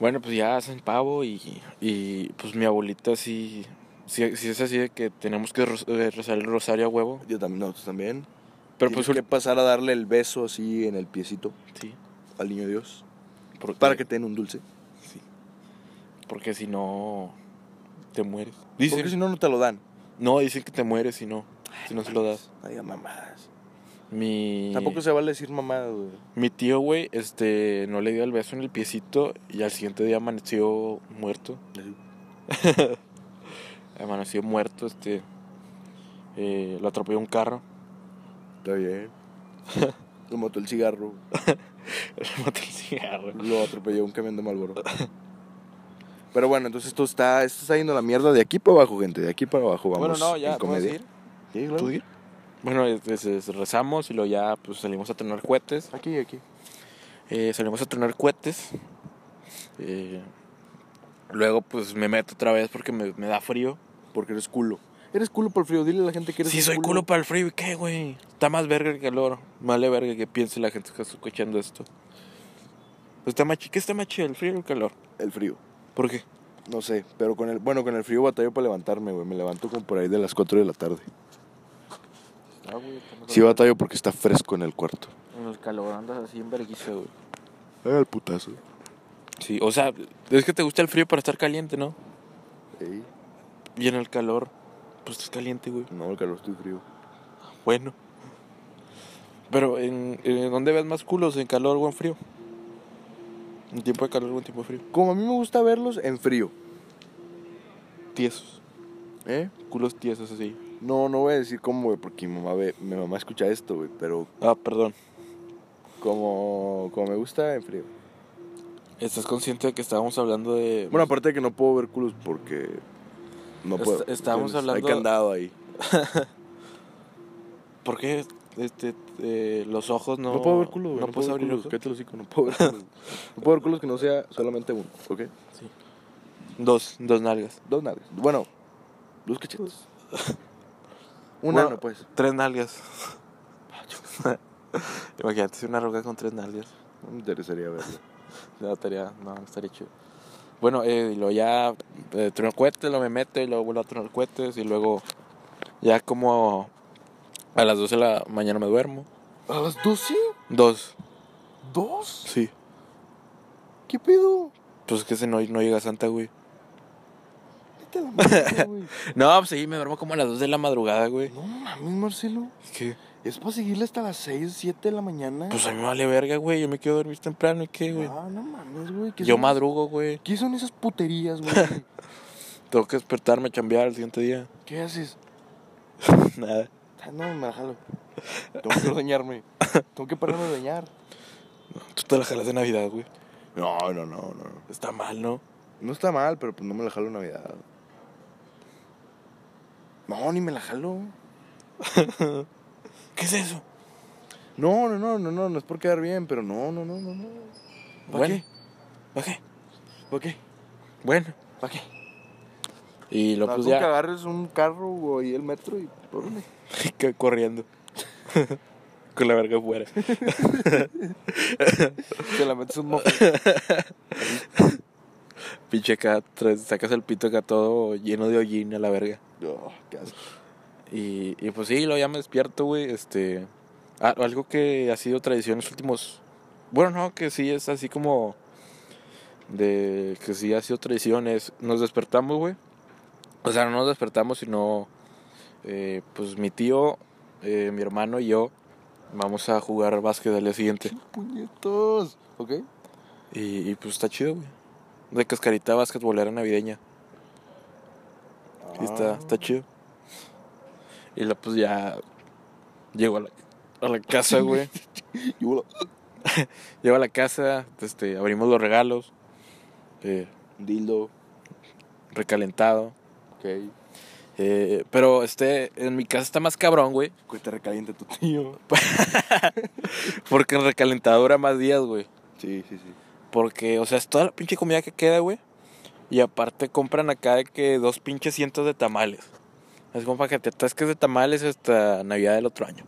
[SPEAKER 2] Bueno, pues ya hacen pavo y, y pues mi abuelita sí, sí, sí es así de que tenemos que ros- eh, rezar el rosario a huevo.
[SPEAKER 1] Yo también, nosotros también.
[SPEAKER 2] Pero pues
[SPEAKER 1] Tienes que pasar a darle el beso así en el piecito
[SPEAKER 2] sí,
[SPEAKER 1] al niño Dios.
[SPEAKER 2] porque,
[SPEAKER 1] Para que te den un dulce.
[SPEAKER 2] porque si no, Te mueres.
[SPEAKER 1] Porque si
[SPEAKER 2] Dicen,
[SPEAKER 1] no, no te lo dan.
[SPEAKER 2] no, dicen que te mueres si no. Si no se lo das.
[SPEAKER 1] No digas mamadas.
[SPEAKER 2] Mi,
[SPEAKER 1] Tampoco se vale decir mamadas, güey.
[SPEAKER 2] mi tío, güey, este, no le dio el beso en el piecito y al siguiente día amaneció muerto. Amaneció muerto, este. eh, lo atropelló un carro. (laughs)
[SPEAKER 1] Está bien. Lo mató el cigarro.
[SPEAKER 2] Le mató el cigarro.
[SPEAKER 1] Lo atropelló un camión de Malboro. Pero bueno, entonces esto está, esto está yendo a la mierda de aquí para abajo, gente. De aquí para abajo vamos.
[SPEAKER 2] bueno, no, ya,
[SPEAKER 1] en
[SPEAKER 2] ¿puedo
[SPEAKER 1] comedia.
[SPEAKER 2] seguir?
[SPEAKER 1] Sí, claro.
[SPEAKER 2] ¿Tú di? Bueno, es- es- es- rezamos y luego ya pues, salimos a tronar cohetes.
[SPEAKER 1] Aquí, aquí.
[SPEAKER 2] Eh, salimos a tronar cohetes. Eh, luego, pues me meto otra vez porque me, me da frío.
[SPEAKER 1] Porque eres culo. Eres culo por el frío. Dile a la gente que eres
[SPEAKER 2] Sí,
[SPEAKER 1] un
[SPEAKER 2] soy culo para el frío. ¿Y qué, güey? Está más verga el calor. Vale verga que piense la gente que está escuchando esto. Pues, Está más chi- ¿Qué está más chido, el frío o el calor?
[SPEAKER 1] El frío.
[SPEAKER 2] ¿Por qué?
[SPEAKER 1] No sé, pero con el, bueno, con el frío batallo para levantarme, güey. Me levanto como por ahí de las 4 de la tarde. Ah, Sí batallo porque está fresco en el cuarto.
[SPEAKER 2] En el calor andas así en verguiza, güey.
[SPEAKER 1] Ay, el putazo.
[SPEAKER 2] Sí, o sea, es que te gusta el frío para estar caliente, ¿no?
[SPEAKER 1] Ey,
[SPEAKER 2] Y en el calor, pues estás caliente, güey.
[SPEAKER 1] no, el calor estoy frío.
[SPEAKER 2] Bueno. Pero, ¿en, en dónde ves más culos? ¿En calor o en frío? ¿En tiempo de calor o en tiempo de frío?
[SPEAKER 1] Como a mí me gusta verlos en frío,
[SPEAKER 2] Tiesos.
[SPEAKER 1] ¿eh?
[SPEAKER 2] Culos tiesos así.
[SPEAKER 1] No, no voy a decir cómo, güey, porque mi mamá, ve, mi mamá escucha esto, güey. Pero
[SPEAKER 2] Ah, perdón.
[SPEAKER 1] como, como me gusta en frío.
[SPEAKER 2] ¿Estás consciente de que estábamos hablando de...
[SPEAKER 1] Bueno, aparte de que no puedo ver culos porque no
[SPEAKER 2] Est-
[SPEAKER 1] puedo.
[SPEAKER 2] estábamos
[SPEAKER 1] ¿entiendes?
[SPEAKER 2] hablando-
[SPEAKER 1] Hay candado ahí.
[SPEAKER 2] ¿por qué este, eh, los ojos no...
[SPEAKER 1] No, puedo ver culos, güey.
[SPEAKER 2] No, puedes
[SPEAKER 1] puedo ver
[SPEAKER 2] abrir los
[SPEAKER 1] culos.
[SPEAKER 2] ojos.
[SPEAKER 1] Cállate el hocico, no puedo ver culos. no puedo ver culos que no sea solamente uno, ¿ok?
[SPEAKER 2] Dos, dos nalgas.
[SPEAKER 1] Dos nalgas. Bueno, dos cachetes. (laughs) Un ano,
[SPEAKER 2] Bueno,
[SPEAKER 1] pues.
[SPEAKER 2] Tres nalgas. (laughs) Imagínate si una roca con tres nalgas.
[SPEAKER 1] No me interesaría verlo.
[SPEAKER 2] No, estaría, no, estaría chido. Bueno, eh, y luego ya eh, trueno cohetes, lo me meto y luego vuelvo a tronar cohetes y luego ya como a las 12 de la mañana me duermo.
[SPEAKER 1] ¿A las 12?
[SPEAKER 2] Dos.
[SPEAKER 1] ¿Dos?
[SPEAKER 2] Sí.
[SPEAKER 1] ¿Qué pedo?
[SPEAKER 2] Pues que se no, no llega Santa, güey.
[SPEAKER 1] Vete a la mierda, güey.
[SPEAKER 2] No, pues sí, me duermo como a las 2 de la madrugada, güey.
[SPEAKER 1] (laughs) No mames, Marcelo.
[SPEAKER 2] Es que,
[SPEAKER 1] Es para seguirle hasta las 6, 7 de la mañana.
[SPEAKER 2] pues a mí me vale verga, güey. Yo me quiero dormir temprano y qué, güey.
[SPEAKER 1] Ah, no mames, güey. ¿qué
[SPEAKER 2] Yo
[SPEAKER 1] son-
[SPEAKER 2] madrugo, güey.
[SPEAKER 1] ¿Qué son esas puterías, güey? (laughs)
[SPEAKER 2] Tengo que despertarme, chambear el siguiente día. (laughs)
[SPEAKER 1] ¿Qué haces?
[SPEAKER 2] Nada.
[SPEAKER 1] Ah, no, me la jalo. Tengo que ordeñarme. Tengo que pararme a ordeñar.
[SPEAKER 2] Tú te la jalas de Navidad, güey.
[SPEAKER 1] No, no, no, no.
[SPEAKER 2] Está mal, ¿no?
[SPEAKER 1] No está mal, pero pues no me la jalo en Navidad. No, ni me la jalo.
[SPEAKER 2] ¿Qué es eso?
[SPEAKER 1] No, no, no, no, no, no es por quedar bien, pero no, no, no, no, no. ¿Pa'
[SPEAKER 2] bueno.
[SPEAKER 1] qué?
[SPEAKER 2] ¿Para qué?
[SPEAKER 1] ¿Por qué?
[SPEAKER 2] Bueno.
[SPEAKER 1] ¿Para qué?
[SPEAKER 2] Y lo
[SPEAKER 1] No,
[SPEAKER 2] pues
[SPEAKER 1] con que
[SPEAKER 2] ya
[SPEAKER 1] agarres un carro o ahí el metro y por dónde.
[SPEAKER 2] (laughs) que- corriendo. Con la verga fuera.
[SPEAKER 1] (laughs) Te la metes un moco.
[SPEAKER 2] (laughs) Pinche acá, tra- sacas el pito acá todo lleno de hollín a la verga.
[SPEAKER 1] No, qué asco.
[SPEAKER 2] Y, y pues sí, luego ya me despierto, güey. Este, a- algo que ha sido tradición en los últimos. Bueno, no, que sí es así como. De que sí ha sido tradición es. Nos despertamos, güey. O sea, no nos despertamos, sino. eh, pues mi tío, eh, mi hermano y yo. Vamos a jugar básquet al día siguiente.
[SPEAKER 1] Puñetos. ¿Ok?
[SPEAKER 2] Y, y, pues está chido, güey. De cascarita basquetbolera navideña.
[SPEAKER 1] Ah.
[SPEAKER 2] Y está, está chido. Y la pues ya llego a la, a la casa, güey.
[SPEAKER 1] Y bueno,
[SPEAKER 2] Llego a la casa, este, abrimos los regalos. eh,
[SPEAKER 1] dildo.
[SPEAKER 2] recalentado.
[SPEAKER 1] Ok.
[SPEAKER 2] Eh, pero este, en mi casa está más cabrón, güey.
[SPEAKER 1] Que te recaliente tu tío.
[SPEAKER 2] Porque el recalentado dura más días, güey.
[SPEAKER 1] Sí, sí, sí.
[SPEAKER 2] Porque, o sea, es toda la pinche comida que queda, güey. Y aparte compran acá de que dos pinches cientos de tamales. Es como para que te atasques de tamales hasta Navidad del otro año.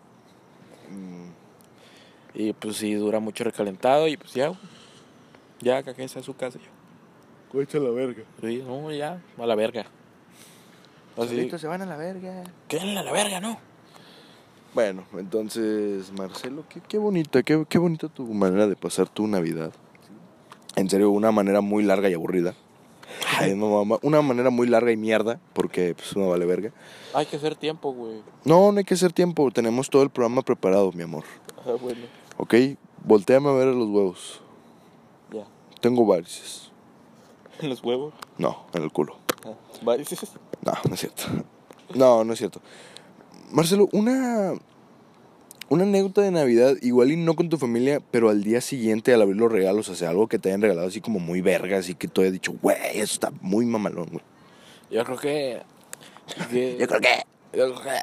[SPEAKER 1] Mm,
[SPEAKER 2] Y pues sí, dura mucho recalentado y pues ya, güey. Ya, que quien sea en su casa. Ya.
[SPEAKER 1] Cocha la verga.
[SPEAKER 2] Sí, no, ya, a la verga.
[SPEAKER 1] Ah,
[SPEAKER 2] Así,
[SPEAKER 1] Solitos se van a la verga.
[SPEAKER 2] que a la verga, ¿no?
[SPEAKER 1] Bueno, entonces, Marcelo, qué, qué bonita, qué, qué bonita (laughs) tu manera de pasar tu Navidad. En serio, una manera muy larga y aburrida. Ay, no, mamá. Una manera muy larga y mierda, porque pues no vale verga.
[SPEAKER 2] Hay que hacer tiempo, güey.
[SPEAKER 1] No, no hay que hacer tiempo. Tenemos todo el programa preparado, mi amor.
[SPEAKER 2] Ah, bueno,
[SPEAKER 1] ¿Ok? Voltéame a ver los huevos.
[SPEAKER 2] ya. (laughs)
[SPEAKER 1] Tengo varices.
[SPEAKER 2] En los huevos.
[SPEAKER 1] No, en el culo.
[SPEAKER 2] Ah, (laughs) varices.
[SPEAKER 1] No, no es cierto. No, no es cierto. Marcelo, una, una anécdota de Navidad, igual y no con tu familia, pero al día siguiente al abrir los regalos, o sea, algo que te hayan regalado así como muy verga, así que tú hayas dicho, güey, eso está muy mamalón, güey.
[SPEAKER 2] Yo creo que. que-
[SPEAKER 1] Yo creo que...
[SPEAKER 2] (laughs) yo creo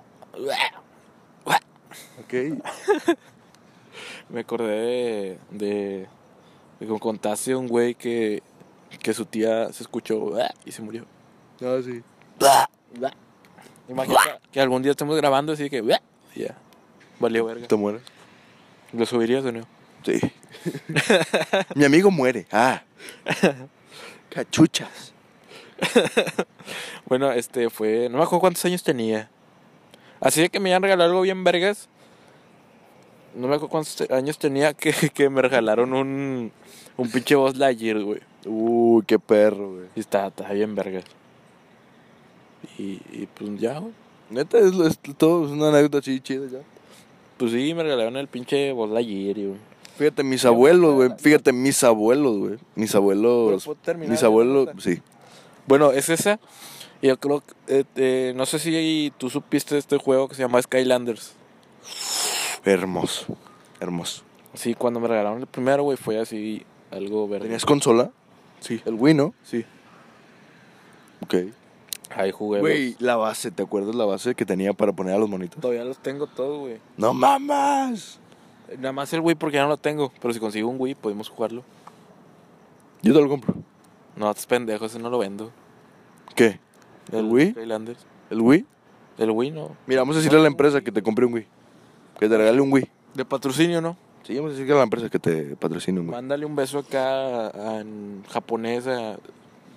[SPEAKER 2] que-
[SPEAKER 1] Ok.
[SPEAKER 2] Me acordé de. de, de que me contaste un güey que. que su tía se escuchó "Ah", y se murió.
[SPEAKER 1] No, sí.
[SPEAKER 2] Imagínate que algún día estemos grabando así que. "Ah", y Ya. Valió verga.
[SPEAKER 1] ¿Te mueres?
[SPEAKER 2] ¿Lo subirías o no?
[SPEAKER 1] Sí. (laughs) Mi amigo muere. Ah. Cachuchas.
[SPEAKER 2] Bueno, este fue. No me acuerdo cuántos años tenía. Así de que me hayan regalado algo bien vergas. No me acuerdo cuántos te- años tenía que, (laughs) que me regalaron un. Un pinche Buzz Lightyear, güey.
[SPEAKER 1] Uy, qué perro, güey.
[SPEAKER 2] Y está, está bien vergas. Y, y pues ya, güey.
[SPEAKER 1] Neta, es, es todo es una anécdota así chida ya.
[SPEAKER 2] Pues sí, me regalaron el pinche Buzz Lightyear, güey.
[SPEAKER 1] Fíjate, mis abuelos, güey. Fíjate, mis abuelos, güey. Mis abuelos.
[SPEAKER 2] ¿puedo terminar
[SPEAKER 1] Mis
[SPEAKER 2] la
[SPEAKER 1] abuelos,
[SPEAKER 2] anécdota?
[SPEAKER 1] sí.
[SPEAKER 2] pues, Bueno, es esa. Y yo creo que. eh, eh, no sé si tú supiste de este juego que se llama Skylanders.
[SPEAKER 1] Hermoso. Hermoso.
[SPEAKER 2] Sí, cuando me regalaron el primero, güey, fue así algo verde.
[SPEAKER 1] ¿Tenías consola?
[SPEAKER 2] Sí,
[SPEAKER 1] El Wii, ¿no?
[SPEAKER 2] sí.
[SPEAKER 1] Ok.
[SPEAKER 2] Ahí jugué.
[SPEAKER 1] Güey, la base, ¿te acuerdas la base que tenía para poner a los
[SPEAKER 2] los-
[SPEAKER 1] monitos?
[SPEAKER 2] Todavía los tengo todos, güey.
[SPEAKER 1] ¡No mamas!
[SPEAKER 2] Nada más el Wii porque ya no lo tengo. Pero si consigo un Wii, podemos jugarlo.
[SPEAKER 1] Yo te lo compro.
[SPEAKER 2] No, estás pendejo, ese no lo vendo.
[SPEAKER 1] ¿Qué? ¿El Wii?
[SPEAKER 2] Skylanders.
[SPEAKER 1] ¿El Wii?
[SPEAKER 2] El Wii no.
[SPEAKER 1] Mira, vamos a decirle a la empresa que te compré un Wii. Que te regale un Wii.
[SPEAKER 2] De patrocinio, ¿no?
[SPEAKER 1] Sí, vamos a decirle a la empresa que te patrocine un Wii.
[SPEAKER 2] Mándale un beso acá a- en japonés a-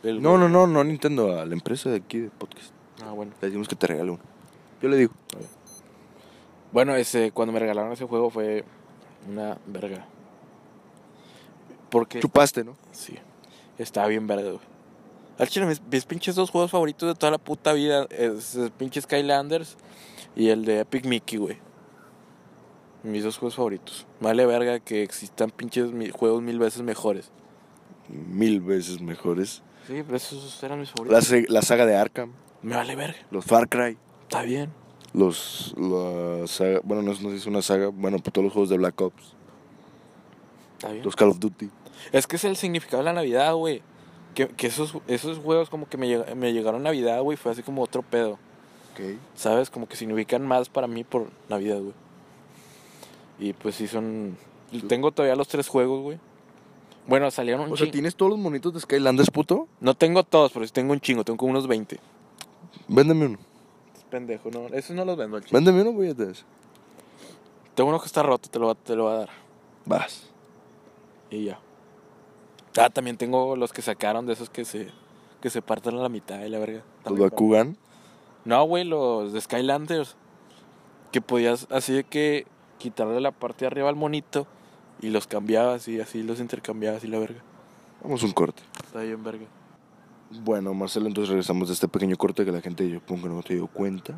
[SPEAKER 2] del
[SPEAKER 1] No,
[SPEAKER 2] Wii.
[SPEAKER 1] no, no, no a Nintendo, a la empresa de aquí de podcast.
[SPEAKER 2] Ah, bueno.
[SPEAKER 1] Le decimos que te regale uno. Yo le digo.
[SPEAKER 2] Bueno, ese, cuando me regalaron ese juego fue una verga. Porque.
[SPEAKER 1] Chupaste, ¿no?
[SPEAKER 2] Sí. Estaba bien verde, güey. Al chile, mis, mis pinches dos juegos favoritos de toda la puta vida es el pinche Skylanders y el de Epic Mickey, güey. Mis dos juegos favoritos. Vale verga que existan pinches mi- juegos mil veces mejores.
[SPEAKER 1] Mil veces mejores.
[SPEAKER 2] Sí, pero esos eran mis
[SPEAKER 1] La,
[SPEAKER 2] favoritos.
[SPEAKER 1] se- la saga de Arkham,
[SPEAKER 2] Me vale verga.
[SPEAKER 1] los Far Cry,
[SPEAKER 2] Está bien.
[SPEAKER 1] los. La saga, bueno, no, es- no es una saga, bueno, pues todos los juegos de Black Ops,
[SPEAKER 2] Está bien.
[SPEAKER 1] los Call of Duty.
[SPEAKER 2] Es que es el significado de la Navidad, güey. Que, que esos, esos juegos como que me, llega- me llegaron a Navidad, güey. Fue así como otro pedo. ¿Sabes? Como que significan más para mí por Navidad, güey. Y pues sí son... Tengo todavía los tres juegos, güey. Bueno, salieron un
[SPEAKER 1] O sea,
[SPEAKER 2] chin-
[SPEAKER 1] ¿tienes todos los monitos de Skylanders, puto?
[SPEAKER 2] No tengo todos, pero sí tengo un chingo. Tengo como unos 20.
[SPEAKER 1] Véndeme uno.
[SPEAKER 2] Pendejo, no. Esos no los vendo al chingo.
[SPEAKER 1] Véndeme uno, voy a te
[SPEAKER 2] Tengo uno que está roto, te lo, va- te lo va a dar.
[SPEAKER 1] Vas.
[SPEAKER 2] Y ya. Ah, también tengo los que sacaron de esos que se... Que se parten a la mitad de la verga.
[SPEAKER 1] Los
[SPEAKER 2] También va-
[SPEAKER 1] Bakugan.
[SPEAKER 2] No, güey, los de Skylanders. Que podías así de que quitarle la parte de arriba al monito y los cambiabas y así los intercambiabas y la verga.
[SPEAKER 1] Vamos a un corte.
[SPEAKER 2] Está bien, verga.
[SPEAKER 1] Bueno, Marcelo, entonces regresamos de este pequeño corte que la gente yo pongo no te dio cuenta.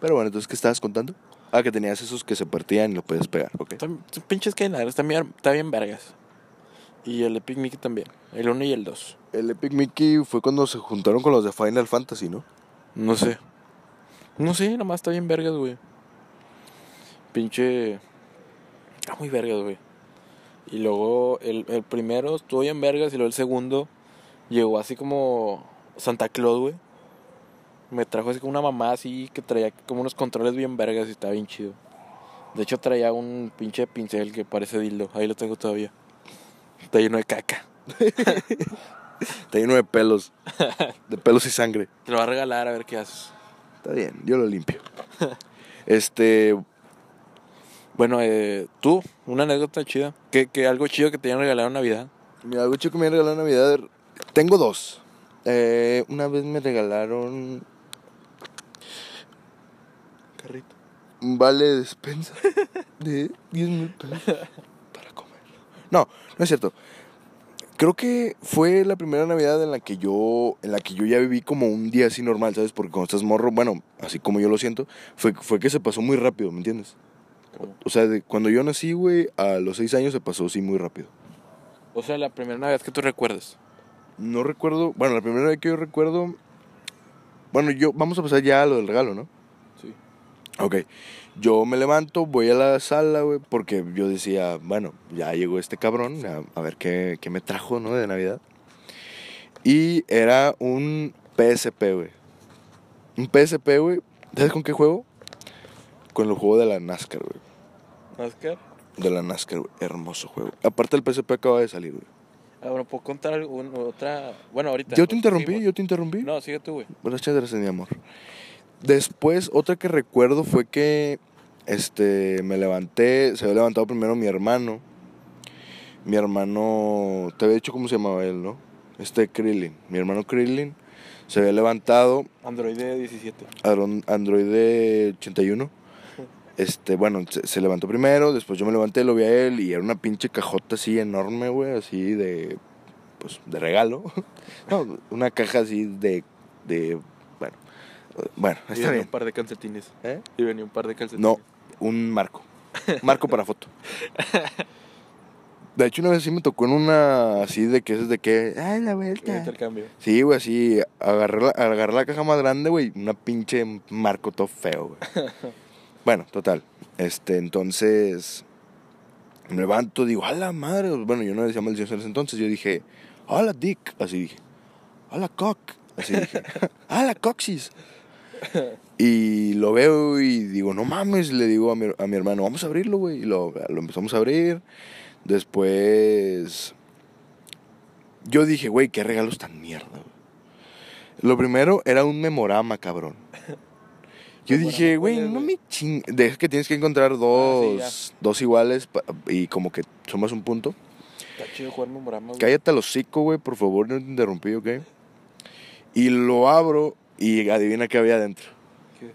[SPEAKER 1] Pero bueno, entonces, ¿qué estabas contando? Ah, que tenías esos que se partían y lo podías pegar, ok.
[SPEAKER 2] Está, está pinche Skylanders, está bien, está bien vergas. Y el Epic Mickey también. El 1 y el 2.
[SPEAKER 1] El Epic Mickey fue cuando se juntaron con los de Final Fantasy, ¿no?
[SPEAKER 2] No sé. No sé, nomás está bien vergas, güey. Pinche. Está muy vergas, güey. Y luego el, el primero estuvo bien vergas y luego el segundo llegó así como Santa Claus, güey. Me trajo así como una mamá así que traía como unos controles bien vergas y estaba bien chido. De hecho traía un pinche pincel que parece dildo. Ahí lo tengo todavía. Está lleno de caca.
[SPEAKER 1] Está lleno de pelos. De pelos y sangre.
[SPEAKER 2] Te lo va a regalar a ver qué haces.
[SPEAKER 1] Está bien, yo lo limpio. (laughs) Este.
[SPEAKER 2] Bueno, eh, tú, una anécdota chida. Que, que algo chido que te hayan regalado en Navidad.
[SPEAKER 1] Mira, algo chico que me han regalado en Navidad. Tengo dos. Eh, una vez me regalaron
[SPEAKER 2] Carrito.
[SPEAKER 1] un vale de despensa (laughs) de 10 mil pesos para comer. No, no es cierto. Creo que fue la primera Navidad en la que yo en la que yo ya viví como un día así normal, ¿sabes? Porque cuando estás morro, bueno, así como yo lo siento, fue, fue que se pasó muy rápido, ¿me entiendes?
[SPEAKER 2] ¿Cómo?
[SPEAKER 1] O sea, de cuando yo nací, güey, a los seis años se pasó así muy rápido.
[SPEAKER 2] O sea, la primera Navidad que tú recuerdas.
[SPEAKER 1] No recuerdo, bueno, la primera vez que yo recuerdo, bueno, yo, vamos a pasar ya a lo del regalo, ¿no?
[SPEAKER 2] Sí.
[SPEAKER 1] Ok, yo me levanto, voy a la sala, güey, porque yo decía, bueno, ya llegó este cabrón, a, a ver qué, qué me trajo, ¿no? De Navidad. Y era un PSP, güey. Un PSP, güey. ¿Sabes con qué juego? Con el juego de la NASCAR, güey.
[SPEAKER 2] ¿Nascar?
[SPEAKER 1] De la NASCAR, güey. Hermoso juego. Aparte, el PSP acaba de salir, güey.
[SPEAKER 2] Ah, bueno, ¿puedo contar algún- otra? Bueno, ahorita.
[SPEAKER 1] Yo te
[SPEAKER 2] ahorita
[SPEAKER 1] interrumpí, yo
[SPEAKER 2] seguimos.
[SPEAKER 1] te interrumpí.
[SPEAKER 2] No, sigue tú, güey.
[SPEAKER 1] Buenas chéveres, mi amor. Después, otra que recuerdo fue que este, me levanté, se había levantado primero mi hermano. Mi hermano, te había dicho cómo se llamaba él, ¿no? Este Krillin, mi hermano Krillin, se había levantado,
[SPEAKER 2] Android 17.
[SPEAKER 1] Aaron- Android 81. Este, bueno, se, se levantó primero, después yo me levanté, lo vi a él y era una pinche cajota así enorme, güey, así de, pues, de regalo. (laughs) No, una caja así de, de, bueno, eh, bueno,
[SPEAKER 2] y
[SPEAKER 1] está
[SPEAKER 2] venía
[SPEAKER 1] bien.
[SPEAKER 2] un par de calcetines.
[SPEAKER 1] ¿Eh?
[SPEAKER 2] Y venía un par de calcetines.
[SPEAKER 1] No, un marco, marco
[SPEAKER 2] (laughs)
[SPEAKER 1] para foto. De hecho, una vez sí me tocó en una así de que es de que, ay, la
[SPEAKER 2] Un
[SPEAKER 1] vuelta.
[SPEAKER 2] intercambio.
[SPEAKER 1] Sí, güey, así, agarré la, agarré la caja más grande, güey, una pinche marco todo feo, güey. bueno, total, este, entonces, me levanto, digo, a la madre, bueno, yo no decía maldiciones en ese entonces, yo dije, a la dick, así dije, a la cock, así dije, (laughs) a la coxis. Y lo veo y digo, no mames, le digo a mi, a mi hermano, vamos a abrirlo, güey, y lo, lo empezamos a abrir, después... Yo dije, güey, qué regalos tan mierda. güey. Lo primero era un memorama, cabrón. Yo
[SPEAKER 2] Memorama, ¿cuál
[SPEAKER 1] dije, güey,
[SPEAKER 2] es,
[SPEAKER 1] no
[SPEAKER 2] güey?
[SPEAKER 1] me ching... de- Es que tienes que encontrar dos,
[SPEAKER 2] Ah, sí,
[SPEAKER 1] dos iguales pa- y como que sumas un punto.
[SPEAKER 2] Está chido jugar memorama, güey.
[SPEAKER 1] Cállate los hocico, güey, por favor, no te interrumpí, ¿ok? Y lo abro y adivina qué había adentro.
[SPEAKER 2] ¿Qué?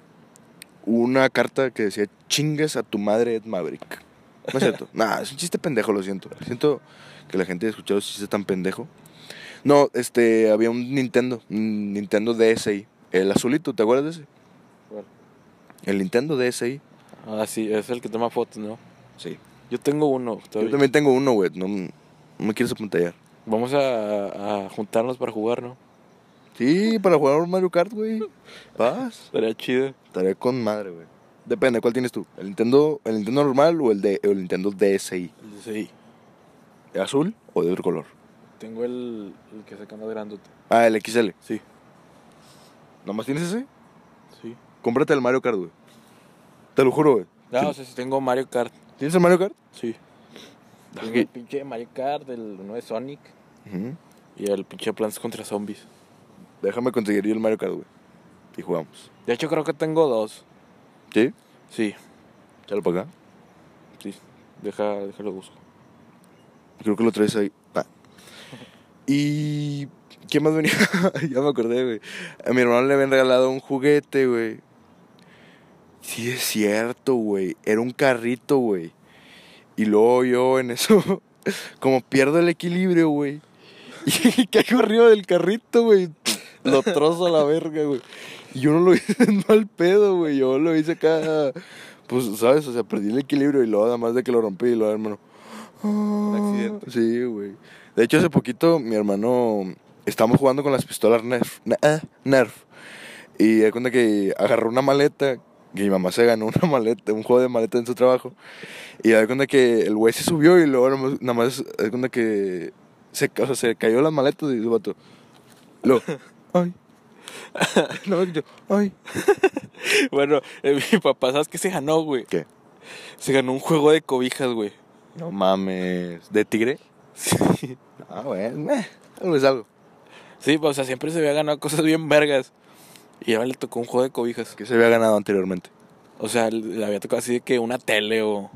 [SPEAKER 1] Una carta que decía, chingas a tu madre, Ed Maverick. No
[SPEAKER 2] (laughs)
[SPEAKER 1] es cierto. nah, es un chiste pendejo, lo siento. Siento que la gente haya escuchado ese chiste tan pendejo. No, este, había un Nintendo, un Nintendo DSi. El azulito, ¿te acuerdas de ese?
[SPEAKER 2] ¿Cuál?
[SPEAKER 1] El Nintendo DSi.
[SPEAKER 2] Ah, sí, es el que toma fotos, ¿no?
[SPEAKER 1] Sí.
[SPEAKER 2] Yo tengo uno.
[SPEAKER 1] Yo
[SPEAKER 2] todavía.
[SPEAKER 1] también tengo uno, güey. No, no me quieres apuntallar.
[SPEAKER 2] Vamos a, a juntarnos para jugar, ¿no?
[SPEAKER 1] Sí, para jugar Mario Kart, güey. Paz.
[SPEAKER 2] Sería chido.
[SPEAKER 1] Estaré con madre, güey. Depende, ¿cuál tienes tú? ¿El Nintendo, el Nintendo normal o el, de, el Nintendo DSi?
[SPEAKER 2] Sí.
[SPEAKER 1] ¿Azul o de otro color?
[SPEAKER 2] Tengo el, el que saca más grandote.
[SPEAKER 1] Ah, el XL.
[SPEAKER 2] Sí.
[SPEAKER 1] ¿Nomás tienes ese?
[SPEAKER 2] Sí.
[SPEAKER 1] Cómprate el Mario Kart, güey. Te lo juro, güey.
[SPEAKER 2] No,
[SPEAKER 1] Sí.
[SPEAKER 2] o sea, si tengo Mario Kart.
[SPEAKER 1] ¿Tienes el Mario Kart?
[SPEAKER 2] Sí. Tengo
[SPEAKER 1] Ok.
[SPEAKER 2] el pinche Mario Kart, el uno de Sonic
[SPEAKER 1] Ujú.
[SPEAKER 2] y el pinche Plants contra Zombies.
[SPEAKER 1] Déjame conseguir yo el Mario Kart, güey. Y jugamos.
[SPEAKER 2] De hecho, creo que tengo dos.
[SPEAKER 1] ¿Sí?
[SPEAKER 2] Sí.
[SPEAKER 1] Échalo para acá.
[SPEAKER 2] Sí. Deja, déjalo busco. (laughs)
[SPEAKER 1] Creo que lo traes ahí. Pa. ¿Y qué más venía? (laughs) ya me acordé, güey. A mi hermano le habían regalado un juguete, güey. Sí, es cierto, güey. Era un carrito, güey. Y luego yo en eso, (laughs) como pierdo el equilibrio, güey. (laughs) Y caigo arriba del carrito, güey. Lo trozo a la verga, güey. Y yo no lo (laughs) hice en mal pedo, güey. Yo lo hice acá. Pues, ¿sabes? O sea, perdí el equilibrio y luego, además de que lo rompí, y luego, hermano. Un
[SPEAKER 2] accidente.
[SPEAKER 1] Sí, güey. De hecho, hace poquito mi hermano. Estábamos jugando con las pistolas Nerf. na- ah, Nerf. Y de cuenta que agarró una maleta. Que mi mamá se ganó (laughs) una maleta, un juego de maleta en su trabajo. Y da cuenta que el güey se subió y luego nomás- nada más da cuenta que se, ca- o sea, se cayó las maletas y el vato. Lo. Ay. (laughs) No, yo, ay.
[SPEAKER 2] Bueno, eh, (laughs) mi papá, ¿sabes qué se ganó, güey?
[SPEAKER 1] ¿Qué?
[SPEAKER 2] Se ganó un juego de cobijas, güey. (laughs)
[SPEAKER 1] No mames. ¿De tigre?
[SPEAKER 2] Sí.
[SPEAKER 1] Ah, güey. meh, Algo es algo.
[SPEAKER 2] Sí, pues, o sea, siempre se había ganado cosas bien vergas. Y ahora le tocó un juego de cobijas.
[SPEAKER 1] Que se había ganado anteriormente.
[SPEAKER 2] O sea, le había tocado así de que una tele o,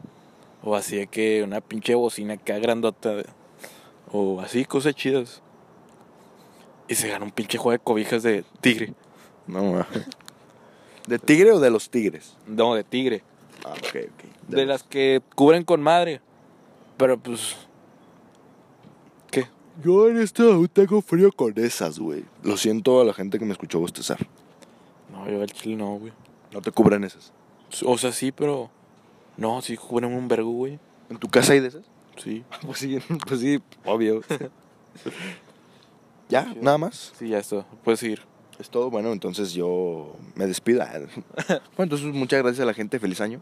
[SPEAKER 2] o así de que una pinche bocina acá grandota. de- O así, cosas chidas. Y se ganó un pinche juego de cobijas de tigre.
[SPEAKER 1] No mames. (laughs) ¿De tigre o de los tigres?
[SPEAKER 2] No, de tigre.
[SPEAKER 1] Ah, ok, ok.
[SPEAKER 2] De las que cubren con madre. Pero pues. ¿Qué?
[SPEAKER 1] Yo en este aún tengo frío con esas, güey. Lo siento a la gente que me escuchó bostezar.
[SPEAKER 2] No, yo al chile no, güey.
[SPEAKER 1] No te cubran esas.
[SPEAKER 2] O sea, sí, pero. No, sí, cubren un vergo, güey.
[SPEAKER 1] ¿En tu casa hay de esas? (laughs)
[SPEAKER 2] Sí.
[SPEAKER 1] Pues sí, pues sí, obvio. ya, nada más.
[SPEAKER 2] Sí, ya está. Puedes ir.
[SPEAKER 1] Es todo. Bueno, entonces yo me despido. (laughs) bueno, entonces muchas gracias a la gente. Feliz año.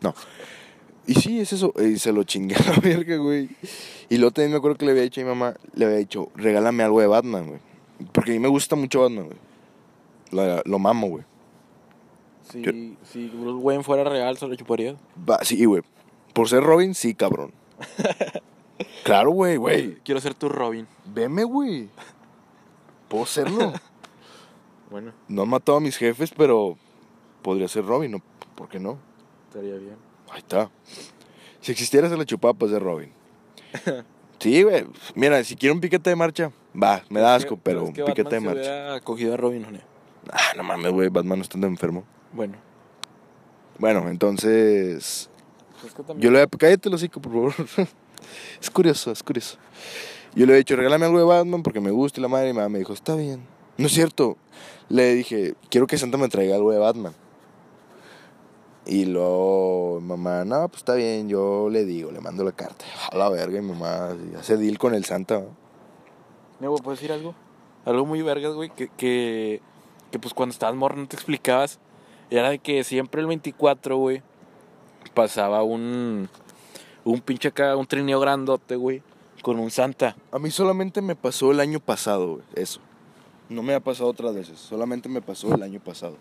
[SPEAKER 1] No. Y sí, es eso. Y se lo chingué a la (laughs) verga, güey. Y luego también me acuerdo que le había dicho a mi mamá, le había dicho, regálame algo de Batman, güey. Porque a mí me gusta mucho Batman, güey. La- lo mamo, güey.
[SPEAKER 2] Si,
[SPEAKER 1] Yo-
[SPEAKER 2] si Bruce Wayne fuera real, se lo chuparía.
[SPEAKER 1] Va, sí, güey. Por ser Robin, sí, cabrón. claro, güey, güey.
[SPEAKER 2] Quiero ser tu Robin.
[SPEAKER 1] Veme, güey. Puedo serlo.
[SPEAKER 2] Bueno,
[SPEAKER 1] No han matado a mis jefes, pero podría ser Robin, ¿no? ¿Por qué no?
[SPEAKER 2] estaría bien.
[SPEAKER 1] Ahí está. Si existiera, se la chupaba para ser Robin. Sí, güey. Mira, si quiero un piquete de marcha, va, me da asco, pero un piquete de marcha.
[SPEAKER 2] cogido a Robin, ¿no?
[SPEAKER 1] Ah, no mames, güey, Batman no está tan enfermo.
[SPEAKER 2] Bueno.
[SPEAKER 1] Bueno, entonces. Yo le había. Cállate el hocico, por favor. (laughs) es curioso, es curioso. Yo le había dicho, regálame algo de Batman porque me gusta y la madre. Y mi mamá me dijo, está bien. No es cierto. Le dije, quiero que Santa me traiga algo de Batman. Y luego, mi mamá, no, pues está bien, yo le digo, le mando la carta. (laughs) A la verga, y mi mamá así, hace deal con el Santa. ¿no?
[SPEAKER 2] Nebo, ¿puedes decir algo? Algo muy vergas, güey, que, que, que pues cuando estabas morro no te explicabas. Era de que siempre el 24, güey, pasaba un, un pinche acá, un trineo grandote, güey, con un santa.
[SPEAKER 1] A mí solamente me pasó el año pasado, güey, eso. No me ha pasado otras veces, solamente me pasó el año pasado.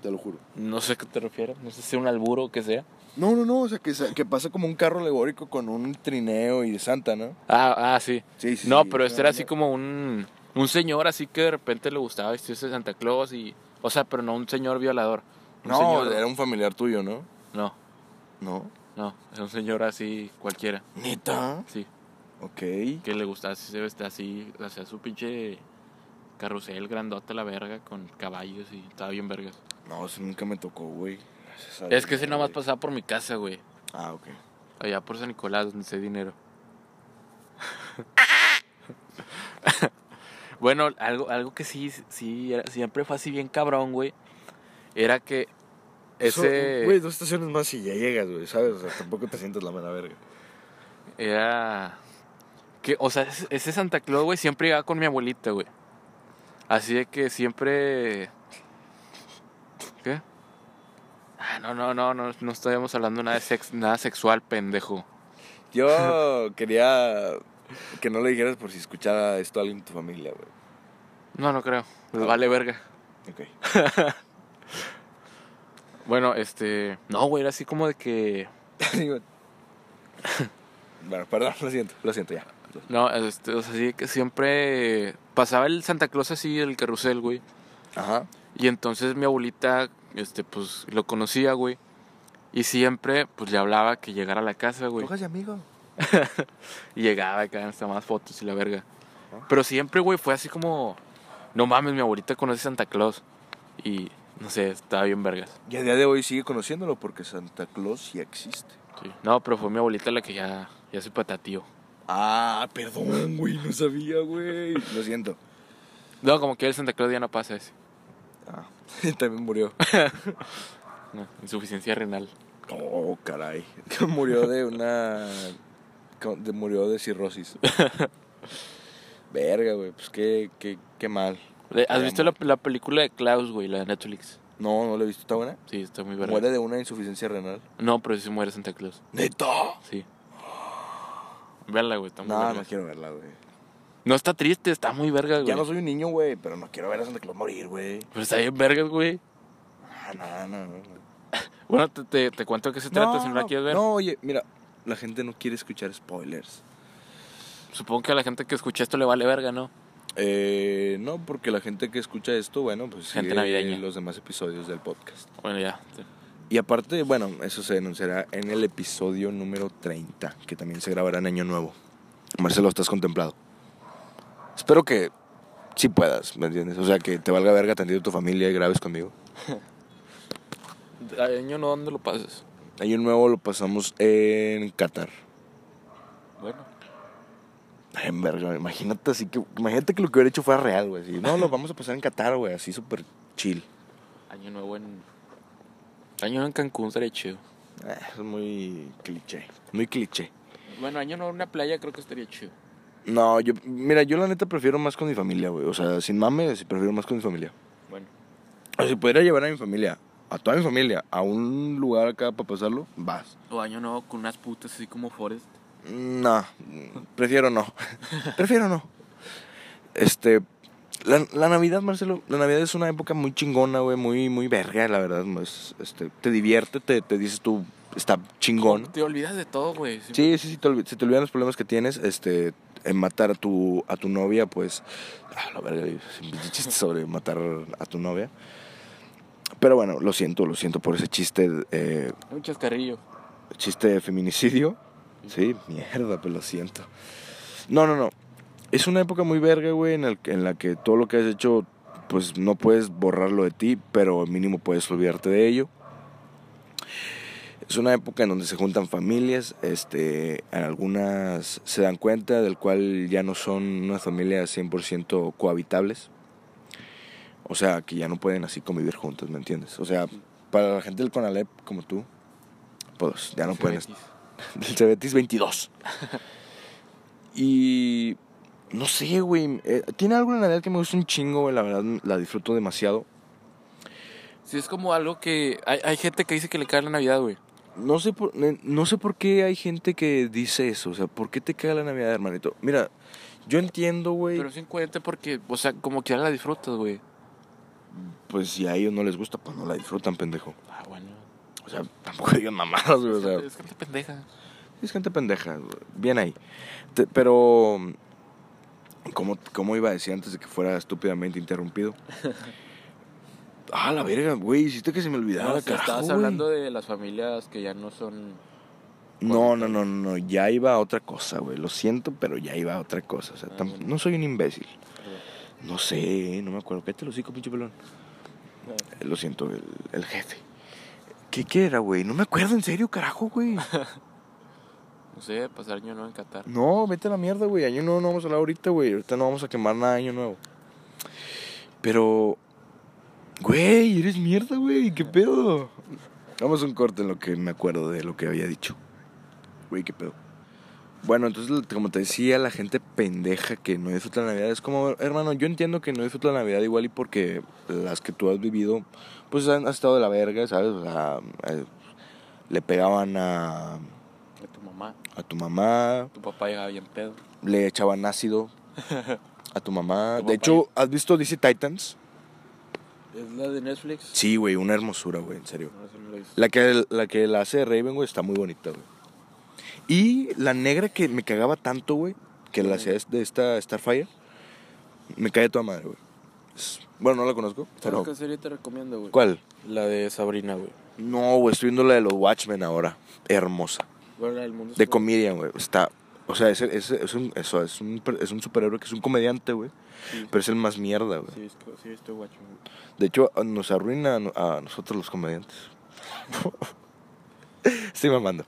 [SPEAKER 1] Te lo juro.
[SPEAKER 2] No sé a qué te refieres, no sé si un alburo o qué sea.
[SPEAKER 1] No, no, no, o sea, que, sa- que pasa como un carro alegórico con un trineo y de Santa, ¿no?
[SPEAKER 2] Ah, ah, sí.
[SPEAKER 1] Sí, sí.
[SPEAKER 2] No,
[SPEAKER 1] sí,
[SPEAKER 2] pero
[SPEAKER 1] es
[SPEAKER 2] este
[SPEAKER 1] una
[SPEAKER 2] era así
[SPEAKER 1] onda-
[SPEAKER 2] como un, un señor así que de repente le gustaba vestirse de Santa Claus y... O sea, pero no un señor violador. Un
[SPEAKER 1] No,
[SPEAKER 2] señor-
[SPEAKER 1] era un familiar tuyo, ¿no?
[SPEAKER 2] No,
[SPEAKER 1] No.
[SPEAKER 2] no, es un señor así cualquiera,
[SPEAKER 1] ¿Neta?
[SPEAKER 2] sí.
[SPEAKER 1] Ok.
[SPEAKER 2] que le gusta así se veste así, o sea, su pinche carrusel grandote a la verga con caballos y estaba bien vergas.
[SPEAKER 1] No, eso nunca me tocó, güey. Esa
[SPEAKER 2] Es que ese
[SPEAKER 1] vida,
[SPEAKER 2] nomás
[SPEAKER 1] güey.
[SPEAKER 2] pasaba por mi casa, güey.
[SPEAKER 1] Ah, ok.
[SPEAKER 2] Allá por San Nicolás, donde sé dinero. (laughs) bueno, algo, algo que sí, sí, era- siempre fue así bien cabrón, güey. Era que ese...
[SPEAKER 1] Son- Güey, dos estaciones más y ya llegas, güey, ¿sabes? O sea, tampoco te sientes la mera verga.
[SPEAKER 2] Era. Que, o sea, ese- ese Santa Claus, güey, siempre iba con mi abuelita, güey. Así de que siempre. ¿Qué? Ah, no, no, no, no, no estábamos hablando nada, de sex- nada sexual, pendejo. (laughs)
[SPEAKER 1] Yo quería que no le dijeras por si escuchara esto a alguien de tu familia, güey.
[SPEAKER 2] No, no creo. Les vale verga.
[SPEAKER 1] Ok. (laughs)
[SPEAKER 2] Bueno, este. No, güey, era así como de que.
[SPEAKER 1] Digo- bueno, perdón, lo siento, lo siento ya.
[SPEAKER 2] No, este, o sea, así de que siempre. Pasaba el Santa Claus así, el carrusel, güey.
[SPEAKER 1] Ajá.
[SPEAKER 2] Y entonces mi abuelita, este, pues lo conocía, güey. Y siempre, pues le hablaba que llegara a la casa, güey.
[SPEAKER 1] de amigo.
[SPEAKER 2] Y llegaba acá, hasta más fotos y la verga.
[SPEAKER 1] Ajá.
[SPEAKER 2] Pero siempre, güey, fue así como, no mames, mi abuelita conoce Santa Claus. Y no sé, estaba bien vergas.
[SPEAKER 1] Y a día de hoy sigue conociéndolo porque Santa Claus ya existe.
[SPEAKER 2] Sí. No, pero fue mi abuelita la que ya, ya se patateó.
[SPEAKER 1] Ah, perdón, güey, no sabía, güey. Lo siento.
[SPEAKER 2] No, como que el Santa Claus ya no pasa ese.
[SPEAKER 1] Ah, (laughs) también murió.
[SPEAKER 2] No, insuficiencia renal.
[SPEAKER 1] Oh, caray. (laughs) Murió de una. con- de- murió de cirrosis. (laughs) Verga, güey, pues qué, qué, qué mal.
[SPEAKER 2] Le- Eh, ¿Has visto la, la película de Klaus, güey, la de Netflix?
[SPEAKER 1] No, no lo he visto, ¿está buena?
[SPEAKER 2] Sí, está muy verga.
[SPEAKER 1] Muere de una insuficiencia renal.
[SPEAKER 2] No, pero sí se muere Santa Claus.
[SPEAKER 1] ¿Neta?
[SPEAKER 2] Sí. Verla, güey, está muy
[SPEAKER 1] No,
[SPEAKER 2] verga.
[SPEAKER 1] no quiero verla, güey.
[SPEAKER 2] No está triste, está muy verga, güey.
[SPEAKER 1] Ya no soy un niño, güey, pero no quiero ver a Santa Claus morir, güey.
[SPEAKER 2] Pero está bien verga, güey.
[SPEAKER 1] Ah, no, no, no.
[SPEAKER 2] Bueno, te, te, te cuento de qué se trata si no la quieres ver.
[SPEAKER 1] No, oye, mira, la gente no quiere escuchar spoilers.
[SPEAKER 2] Supongo que a la gente que escucha esto le vale verga, ¿no?
[SPEAKER 1] Eh, no, porque la gente que escucha esto, bueno, pues
[SPEAKER 2] Gente
[SPEAKER 1] sigue
[SPEAKER 2] navideña.
[SPEAKER 1] los demás episodios del podcast.
[SPEAKER 2] Bueno, ya.
[SPEAKER 1] Y aparte, bueno, eso se denunciará en el episodio número 30, que también se grabará en Año Nuevo. Marcelo, estás contemplado. Espero que sí puedas, ¿me entiendes? O sea, que te valga verga atendido tu familia y grabes conmigo.
[SPEAKER 2] Año no, ¿dónde lo pasas?
[SPEAKER 1] Año Nuevo lo pasamos en Qatar.
[SPEAKER 2] Bueno.
[SPEAKER 1] En verga, güey. imagínate así que. Imagínate que lo que hubiera hecho fuera real, güey. así, (laughs) No, lo vamos a pasar en Qatar, güey. Así súper chill.
[SPEAKER 2] Año nuevo en. Año nuevo en Cancún estaría chido.
[SPEAKER 1] Eh, es muy cliché. Muy cliché.
[SPEAKER 2] Bueno, año nuevo en una playa creo que estaría chido.
[SPEAKER 1] No, yo. Mira, yo la neta prefiero más con mi familia, güey. O sea, sin mames, prefiero más con mi familia.
[SPEAKER 2] Bueno,
[SPEAKER 1] O sea, si pudiera llevar a mi familia, a toda mi familia, a un lugar acá para pasarlo, vas.
[SPEAKER 2] o año nuevo con unas putas así como Forest.
[SPEAKER 1] No, prefiero no. prefiero no. Este. La, la Navidad, Marcelo, la Navidad es una época muy chingona, güey, muy, muy verga, la verdad. es, este, te divierte, te, te dices tú, está chingón.
[SPEAKER 2] Te olvidas de todo, güey.
[SPEAKER 1] Sí, sí, sí, te olvi- se te olvidan los problemas que tienes, este, en matar a tu, a tu novia, pues, ah, la verga, un pinche chiste sobre matar a tu novia. Pero bueno, lo siento, lo siento por ese chiste, eh,
[SPEAKER 2] Un chascarrillo.
[SPEAKER 1] chiste de feminicidio. Sí, mierda, pues lo siento. No, no, no. Es una época muy verga, güey, en, el- en la que todo lo que has hecho, pues no puedes borrarlo de ti, pero mínimo puedes olvidarte de ello. Es una época en donde se juntan familias, este, en algunas se dan cuenta del cual ya no son unas familias 100% cohabitables. O sea, que ya no pueden así convivir juntas, ¿me entiendes? O sea, para la gente del Conalep como tú, pues ya no pueden
[SPEAKER 2] Cebetis.
[SPEAKER 1] del Cebetis 22. y no sé, güey. eh, Tiene algo en la edad que me gusta un chingo, güey. La verdad, la disfruto demasiado.
[SPEAKER 2] Sí, es como algo que. Hay, hay gente que dice que le cae la Navidad, güey.
[SPEAKER 1] No sé, por, eh, no sé por qué hay gente que dice eso. O sea, ¿por qué te cae la Navidad, hermanito? Mira, yo entiendo, güey.
[SPEAKER 2] Pero es incoherente porque, o sea, como que ya la disfrutas, güey.
[SPEAKER 1] Pues si a ellos no les gusta, pues no la disfrutan, pendejo.
[SPEAKER 2] Ah, bueno.
[SPEAKER 1] O sea, tampoco (laughs) digan mamadas, güey. O sea,
[SPEAKER 2] Es gente pendeja.
[SPEAKER 1] Es gente pendeja, güey. bien ahí. Te- pero, ¿cómo, ¿cómo iba a decir antes de que fuera
[SPEAKER 2] (laughs)
[SPEAKER 1] estúpidamente interrumpido? Ah, la verga, güey, hiciste que se me olvidara,
[SPEAKER 2] No, o sea,
[SPEAKER 1] carajo,
[SPEAKER 2] estabas
[SPEAKER 1] güey.
[SPEAKER 2] hablando de las familias que ya no son.
[SPEAKER 1] No, no, no, no, no, ya iba a otra cosa, güey. Lo siento, pero ya iba a otra cosa. O sea,
[SPEAKER 2] Ah,
[SPEAKER 1] tam-
[SPEAKER 2] bueno.
[SPEAKER 1] no soy un imbécil.
[SPEAKER 2] Perdón.
[SPEAKER 1] No sé, no me acuerdo. ¿Qué te lo hocico, pinche pelón? Eh,
[SPEAKER 2] Ah.
[SPEAKER 1] Lo siento, el, el jefe. ¿Qué, ¿Qué era, güey? No me acuerdo, en serio, carajo, güey.
[SPEAKER 2] No sé, pasar año nuevo en Qatar.
[SPEAKER 1] No, vete a la mierda, güey. Año nuevo no vamos a hablar ahorita, güey. Ahorita no vamos a quemar nada de año nuevo. Pero, güey, eres mierda, güey. ¿Qué pedo? Vamos a un corte en lo que me acuerdo de lo que había dicho. Güey, qué pedo. Bueno, entonces, como te decía, la gente pendeja que no disfruta la Navidad es como, hermano, yo entiendo que no disfruta la Navidad igual y porque las que tú has vivido, pues han, has estado de la verga, ¿sabes? O sea, eh, le pegaban a,
[SPEAKER 2] A tu mamá,
[SPEAKER 1] a tu mamá,
[SPEAKER 2] tu papá llegaba bien pedo.
[SPEAKER 1] le echaban ácido a tu (laughs) mamá.
[SPEAKER 2] Tu
[SPEAKER 1] de
[SPEAKER 2] papá.
[SPEAKER 1] hecho, ¿has visto DC Titans?
[SPEAKER 2] ¿Es la de Netflix?
[SPEAKER 1] Sí, güey, una hermosura, güey, en serio.
[SPEAKER 2] No, eso no lo hice.
[SPEAKER 1] La que la, que la hace de Raven, güey, está muy bonita, güey. Y la negra que me cagaba tanto, güey, que la hacía de esta Starfire, me cae toda madre, güey. Es- Bueno, no la conozco,
[SPEAKER 2] ¿Sabes
[SPEAKER 1] pero...
[SPEAKER 2] qué serie te recomiendo, güey?
[SPEAKER 1] ¿Cuál?
[SPEAKER 2] La de Sabrina, güey.
[SPEAKER 1] No, güey, estoy viendo la de los Watchmen ahora. Hermosa.
[SPEAKER 2] Bueno, la del mundo.
[SPEAKER 1] De
[SPEAKER 2] es como-
[SPEAKER 1] comedian, güey. Está... O sea, es, es, es un, eso, es, un, per- es un superhéroe que es un comediante, güey.
[SPEAKER 2] Sí,
[SPEAKER 1] Pero es el más mierda, güey.
[SPEAKER 2] sí, es que- sí, estoy guacho, güey.
[SPEAKER 1] De hecho, a- nos arruina a no- a nosotros los comediantes. (laughs) Estoy mamando.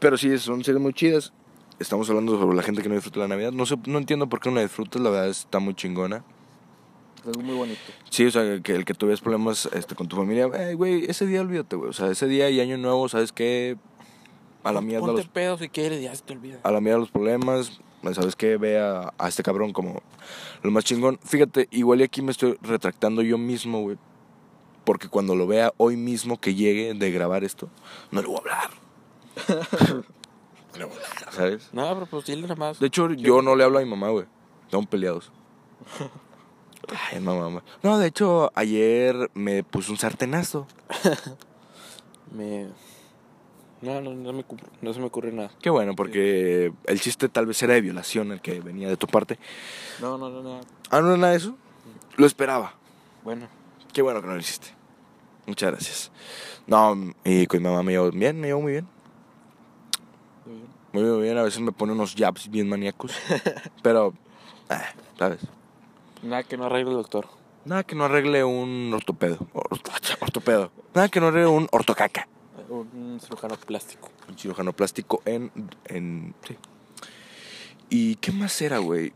[SPEAKER 1] Pero sí, son series muy chidas. Estamos hablando sobre la gente que no disfruta la Navidad. No, sé, no entiendo por qué no la disfrutas, la verdad está muy chingona.
[SPEAKER 2] Es algo muy bonito.
[SPEAKER 1] Sí, o sea, que el que tuvieras problemas este, con tu familia, "Ey, güey, ese día olvídate, güey. O sea, ese día y año nuevo, ¿sabes qué? A la mierda
[SPEAKER 2] Ponte
[SPEAKER 1] los,
[SPEAKER 2] pedo si quieres, ya se te olvida.
[SPEAKER 1] a la mierda los problemas. ¿Sabes qué? Ve a, a este cabrón como lo más chingón. Fíjate, igual y aquí me estoy retractando yo mismo, güey. Porque cuando lo vea hoy mismo que llegue de grabar esto, no le voy a (laughs) hablar. no le voy a hablar, ¿sabes?
[SPEAKER 2] No, pero pues dile nada más.
[SPEAKER 1] De hecho, yo no le hablo a mi mamá, güey. Estamos (laughs) peleados. Ay, no, mamá. No, de hecho, ayer me puso un sartenazo.
[SPEAKER 2] Me. No, no, no, me, ocurre- no se me ocurre nada.
[SPEAKER 1] Qué bueno, porque el chiste tal vez era de violación el que venía de tu parte.
[SPEAKER 2] No, no, no, no.
[SPEAKER 1] Ah, no era nada de eso. Lo esperaba.
[SPEAKER 2] Bueno,
[SPEAKER 1] Qué bueno que no lo hiciste. Muchas gracias. No, y con mi mamá me llevo bien, me llevo muy bien.
[SPEAKER 2] muy bien.
[SPEAKER 1] Muy bien, muy bien. A veces me pone unos jabs bien (laughs) maníacos. pero, ah, ¿sabes?
[SPEAKER 2] Nada que no arregle el doctor.
[SPEAKER 1] Nada que no arregle un ortopedo. Orto- ortopedo. Nada que no arregle un ortocaca.
[SPEAKER 2] Eh, Un cirujano plástico.
[SPEAKER 1] Un cirujano plástico en... en sí. ¿Y qué más era, güey?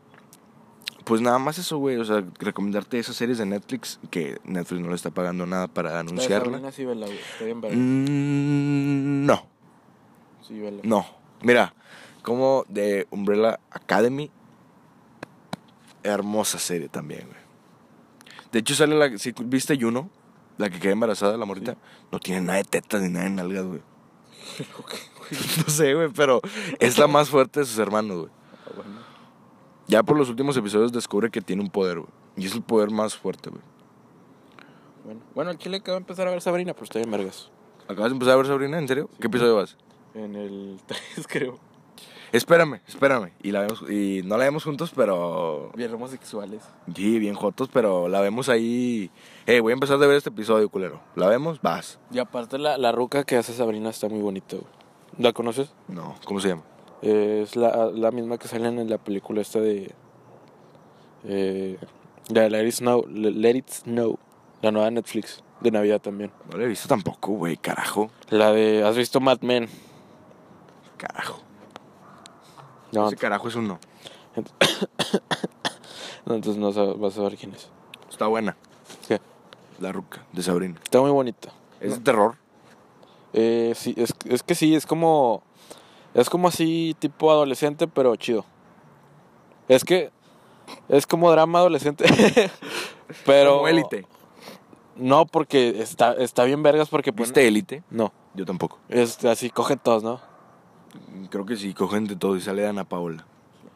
[SPEAKER 1] Pues nada más eso, güey. O sea, recomendarte esas series de Netflix que Netflix no le está pagando nada para anunciarla.
[SPEAKER 2] Sabrina sí, vela, güey. Está bien, verga.
[SPEAKER 1] Mm, no,
[SPEAKER 2] Sí, vela.
[SPEAKER 1] no. Mira, como de Umbrella Academy. Hermosa serie también, güey. De hecho, sale la. Si viste Juno, la que queda embarazada, la morita, no tiene nada de tetas ni nada de nalgas, güey.
[SPEAKER 2] (laughs) Ok, güey.
[SPEAKER 1] (laughs) No sé, güey, pero es la más fuerte de sus hermanos, güey.
[SPEAKER 2] Ah, bueno.
[SPEAKER 1] Ya por los últimos episodios descubre que tiene un poder, güey. Y es el poder más fuerte, güey.
[SPEAKER 2] Bueno, bueno, el chile que va a empezar a ver Sabrina, pero está bien, vergas.
[SPEAKER 1] ¿Acabas de empezar a ver Sabrina? ¿En serio? ¿Qué episodio vas?
[SPEAKER 2] En el (laughs) 3, creo.
[SPEAKER 1] Espérame, espérame. Y, la vemos, y no la vemos juntos, pero...
[SPEAKER 2] Bien homosexuales.
[SPEAKER 1] Sí, bien jotos, pero la vemos ahí... Eh, voy a empezar de ver este episodio, culero. ¿La vemos? Vas.
[SPEAKER 2] Y aparte, la, la ruca que hace Sabrina está muy bonita, güey. ¿La conoces?
[SPEAKER 1] No, ¿cómo se llama?
[SPEAKER 2] Eh, es la, la misma que salen en la película esta de. Eh, la de Let It Snow. Le- Let It Snow. La nueva de Netflix. De Navidad también.
[SPEAKER 1] No la he visto tampoco, güey, carajo.
[SPEAKER 2] La de. ¿Has visto Mad Men?
[SPEAKER 1] Carajo.
[SPEAKER 2] No,
[SPEAKER 1] Ese carajo es un no.
[SPEAKER 2] no, entonces no sab- vas a saber quién es.
[SPEAKER 1] Está buena.
[SPEAKER 2] ¿Qué?
[SPEAKER 1] La ruca de Sabrina.
[SPEAKER 2] Está muy bonita.
[SPEAKER 1] Es de terror.
[SPEAKER 2] Eh, sí, es, es que sí, es como. Es como así, tipo adolescente, pero chido. Es que. Es como drama adolescente. (laughs) pero.
[SPEAKER 1] Como élite.
[SPEAKER 2] No, porque está, está bien vergas porque pues.
[SPEAKER 1] ¿Viste élite?
[SPEAKER 2] No.
[SPEAKER 1] Yo tampoco.
[SPEAKER 2] Es así, cogen todos, ¿no?
[SPEAKER 1] Creo que sí, cogen de todo y sale Ana Paola.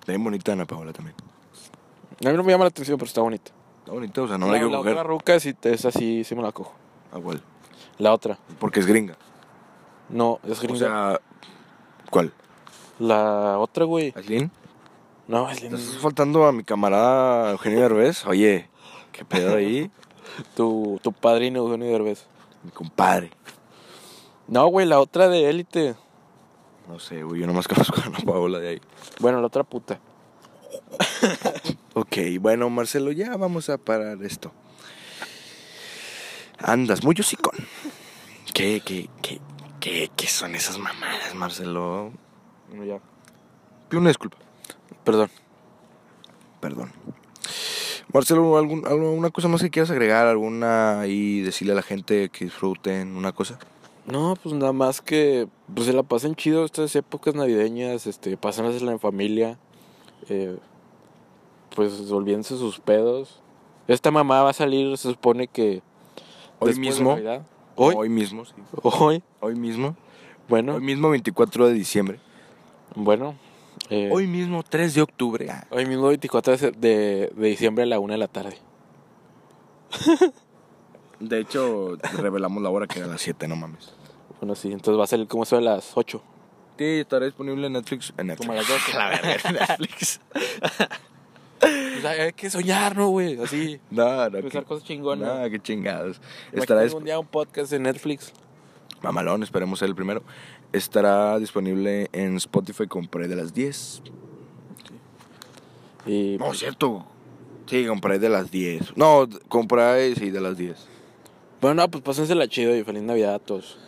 [SPEAKER 1] Está bien bonita Ana Paola también.
[SPEAKER 2] A mí no me llama la atención, pero está bonita.
[SPEAKER 1] Está bonita, o sea, no
[SPEAKER 2] la,
[SPEAKER 1] la quiero
[SPEAKER 2] la
[SPEAKER 1] coger.
[SPEAKER 2] otra ruca sí, es así, sí me la cojo.
[SPEAKER 1] Ah, ¿cuál?
[SPEAKER 2] La otra.
[SPEAKER 1] Porque es gringa.
[SPEAKER 2] No, es gringa.
[SPEAKER 1] O sea, ¿cuál?
[SPEAKER 2] la otra, güey.
[SPEAKER 1] ¿Aislinn?
[SPEAKER 2] No, es
[SPEAKER 1] ¿Le estás
[SPEAKER 2] linda.
[SPEAKER 1] faltando a mi camarada Eugenio Derbez? Oye, qué pedo ahí.
[SPEAKER 2] Tu, tu padrino, Eugenio Derbez.
[SPEAKER 1] mi compadre.
[SPEAKER 2] No, güey, la otra de élite.
[SPEAKER 1] No sé, güey, yo nomás conozco a Ana Paola de ahí.
[SPEAKER 2] Bueno, la otra puta.
[SPEAKER 1] Ok, bueno, Marcelo, ya vamos a parar esto. Andas muy hocicón. ¿Qué, qué, qué, qué, qué son esas mamadas, Marcelo?
[SPEAKER 2] Bueno, ya.
[SPEAKER 1] Pido una disculpa.
[SPEAKER 2] Perdón.
[SPEAKER 1] Perdón. Marcelo, ¿algún, ¿alguna cosa más que quieras agregar? ¿Alguna y decirle a la gente que disfruten una cosa?
[SPEAKER 2] No, pues nada más que pues se la pasen chido estas épocas navideñas, este, pásenlas en familia, eh, pues olvídense sus pedos. Esta mamá va a salir, se supone que
[SPEAKER 1] Hoy
[SPEAKER 2] después de
[SPEAKER 1] mismo.
[SPEAKER 2] Navidad. hoy, hoy,
[SPEAKER 1] mismo, sí. Hoy mismo.
[SPEAKER 2] bueno,
[SPEAKER 1] Hoy mismo, 24 de diciembre.
[SPEAKER 2] bueno, eh,
[SPEAKER 1] Hoy mismo, 3 de octubre. Ah,
[SPEAKER 2] hoy mismo 24 de, de- de diciembre a la una de la tarde.
[SPEAKER 1] De hecho, revelamos la hora que era las 7, no mames.
[SPEAKER 2] Bueno, sí, entonces va a salir como eso de las 8.
[SPEAKER 1] Sí, estará disponible en Netflix. En Netflix.
[SPEAKER 2] Como a las
[SPEAKER 1] (laughs)
[SPEAKER 2] 12.
[SPEAKER 1] La verga, en (laughs) Netflix.
[SPEAKER 2] O sea, Pues hay que soñar, ¿no, güey? Así,
[SPEAKER 1] No, no.
[SPEAKER 2] pensar
[SPEAKER 1] qué-
[SPEAKER 2] cosas chingonas.
[SPEAKER 1] no, qué chingados. Estará
[SPEAKER 2] Imagínate
[SPEAKER 1] disp-
[SPEAKER 2] un día un podcast en Netflix.
[SPEAKER 1] Mamalón, esperemos ser el primero. Estará disponible en Spotify compré de las 10.
[SPEAKER 2] Y
[SPEAKER 1] No, es cierto. Sí, compré de las 10. No, compré, sí, de las 10.
[SPEAKER 2] Bueno, no, pues pásensela chido y feliz Navidad a todos.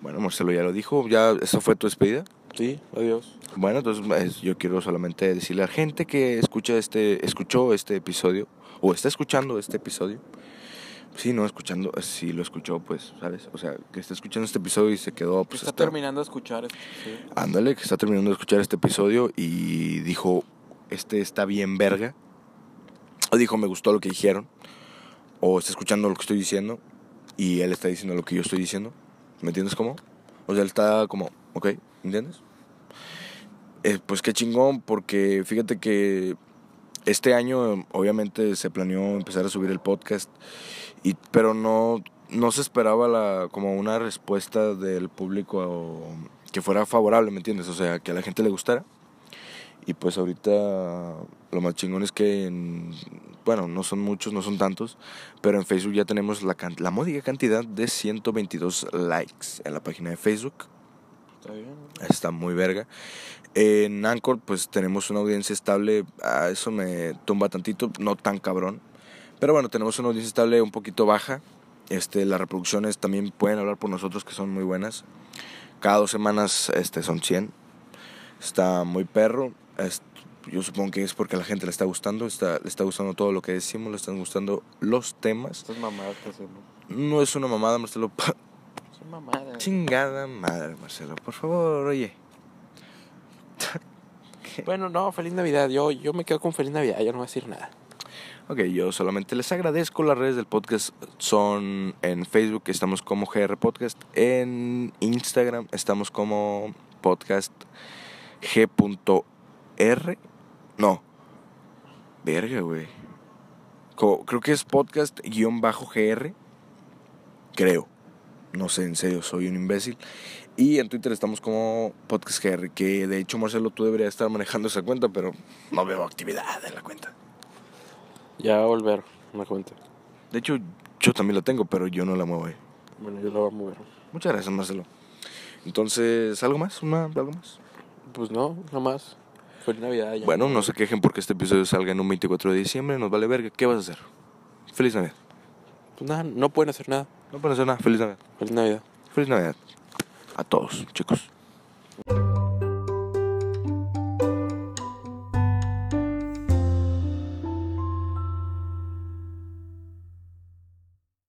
[SPEAKER 1] Bueno, Marcelo ya lo dijo. Ya, esa fue tu despedida.
[SPEAKER 2] Sí, adiós.
[SPEAKER 1] Bueno, entonces es- yo quiero solamente decirle a la gente que escucha este, escuchó este episodio o está escuchando este episodio. Sí, no escuchando, eh, si lo escuchó, pues, ¿sabes? O sea, que está escuchando este episodio y se quedó, pues,
[SPEAKER 2] está
[SPEAKER 1] hasta-
[SPEAKER 2] terminando de escuchar esto. sí.
[SPEAKER 1] Ándale, que está terminando de escuchar este episodio y dijo, este está bien verga. O dijo, me gustó lo que dijeron. O está escuchando lo que estoy diciendo y él está diciendo lo que yo estoy diciendo. ¿Me entiendes cómo? O sea, él está como, ok, ¿entiendes? Eh, pues qué chingón, porque fíjate que este año eh, obviamente se planeó empezar a subir el podcast, y, pero no, no se esperaba la, como una respuesta del público o- que fuera favorable, ¿me entiendes? O sea, que a la gente le gustara. Y pues ahorita lo más chingón es que, en- bueno, no son muchos, no son tantos, pero en Facebook ya tenemos la, can- la módica cantidad de 122 likes en la página de Facebook.
[SPEAKER 2] Está bien.
[SPEAKER 1] Está muy verga. En Anchor, pues tenemos una audiencia estable. A eso me tumba tantito, no tan cabrón. Pero bueno, tenemos una audiencia estable un poquito baja. Este, las reproducciones también pueden hablar por nosotros, que son muy buenas. Cada dos semanas este, son 100. Está muy perro. Es- Yo supongo que es porque a la gente le está gustando, está, le está gustando todo lo que decimos, le están gustando los temas.
[SPEAKER 2] Estas mamadas que hacemos.
[SPEAKER 1] No es una mamada, Marcelo. (laughs) pa-
[SPEAKER 2] Son mamadas.
[SPEAKER 1] Chingada madre, Marcelo. Por favor, oye.
[SPEAKER 2] Bueno, no, feliz Navidad. Yo, yo me quedo con feliz Navidad. Yo no voy a decir nada.
[SPEAKER 1] Ok, yo solamente les agradezco. Las redes del podcast son en Facebook, estamos como GR Podcast. En Instagram, estamos como podcast G.R. No. Verga, güey. Co- Creo que es podcast-gr. Creo. No sé, en serio, soy un imbécil. Y en Twitter estamos como podcast GR, que de hecho, Marcelo, tú deberías estar manejando esa cuenta, pero no veo actividad en la cuenta.
[SPEAKER 2] Ya va a volver, me cuenta.
[SPEAKER 1] De hecho, yo también la tengo, pero yo no la muevo. eh.
[SPEAKER 2] Bueno, yo lo voy a mover.
[SPEAKER 1] Muchas gracias, Marcelo. Entonces, ¿algo más? ¿Una, ¿Algo más?
[SPEAKER 2] Pues no, nada más. Feliz Navidad ya.
[SPEAKER 1] Bueno, no se quejen porque este episodio salga en un 24 de diciembre. Nos vale verga. ¿Qué vas a hacer? Feliz Navidad.
[SPEAKER 2] Pues nada, no pueden hacer nada.
[SPEAKER 1] No pueden hacer nada. Feliz Navidad.
[SPEAKER 2] Feliz Navidad.
[SPEAKER 1] Feliz Navidad. A todos, chicos.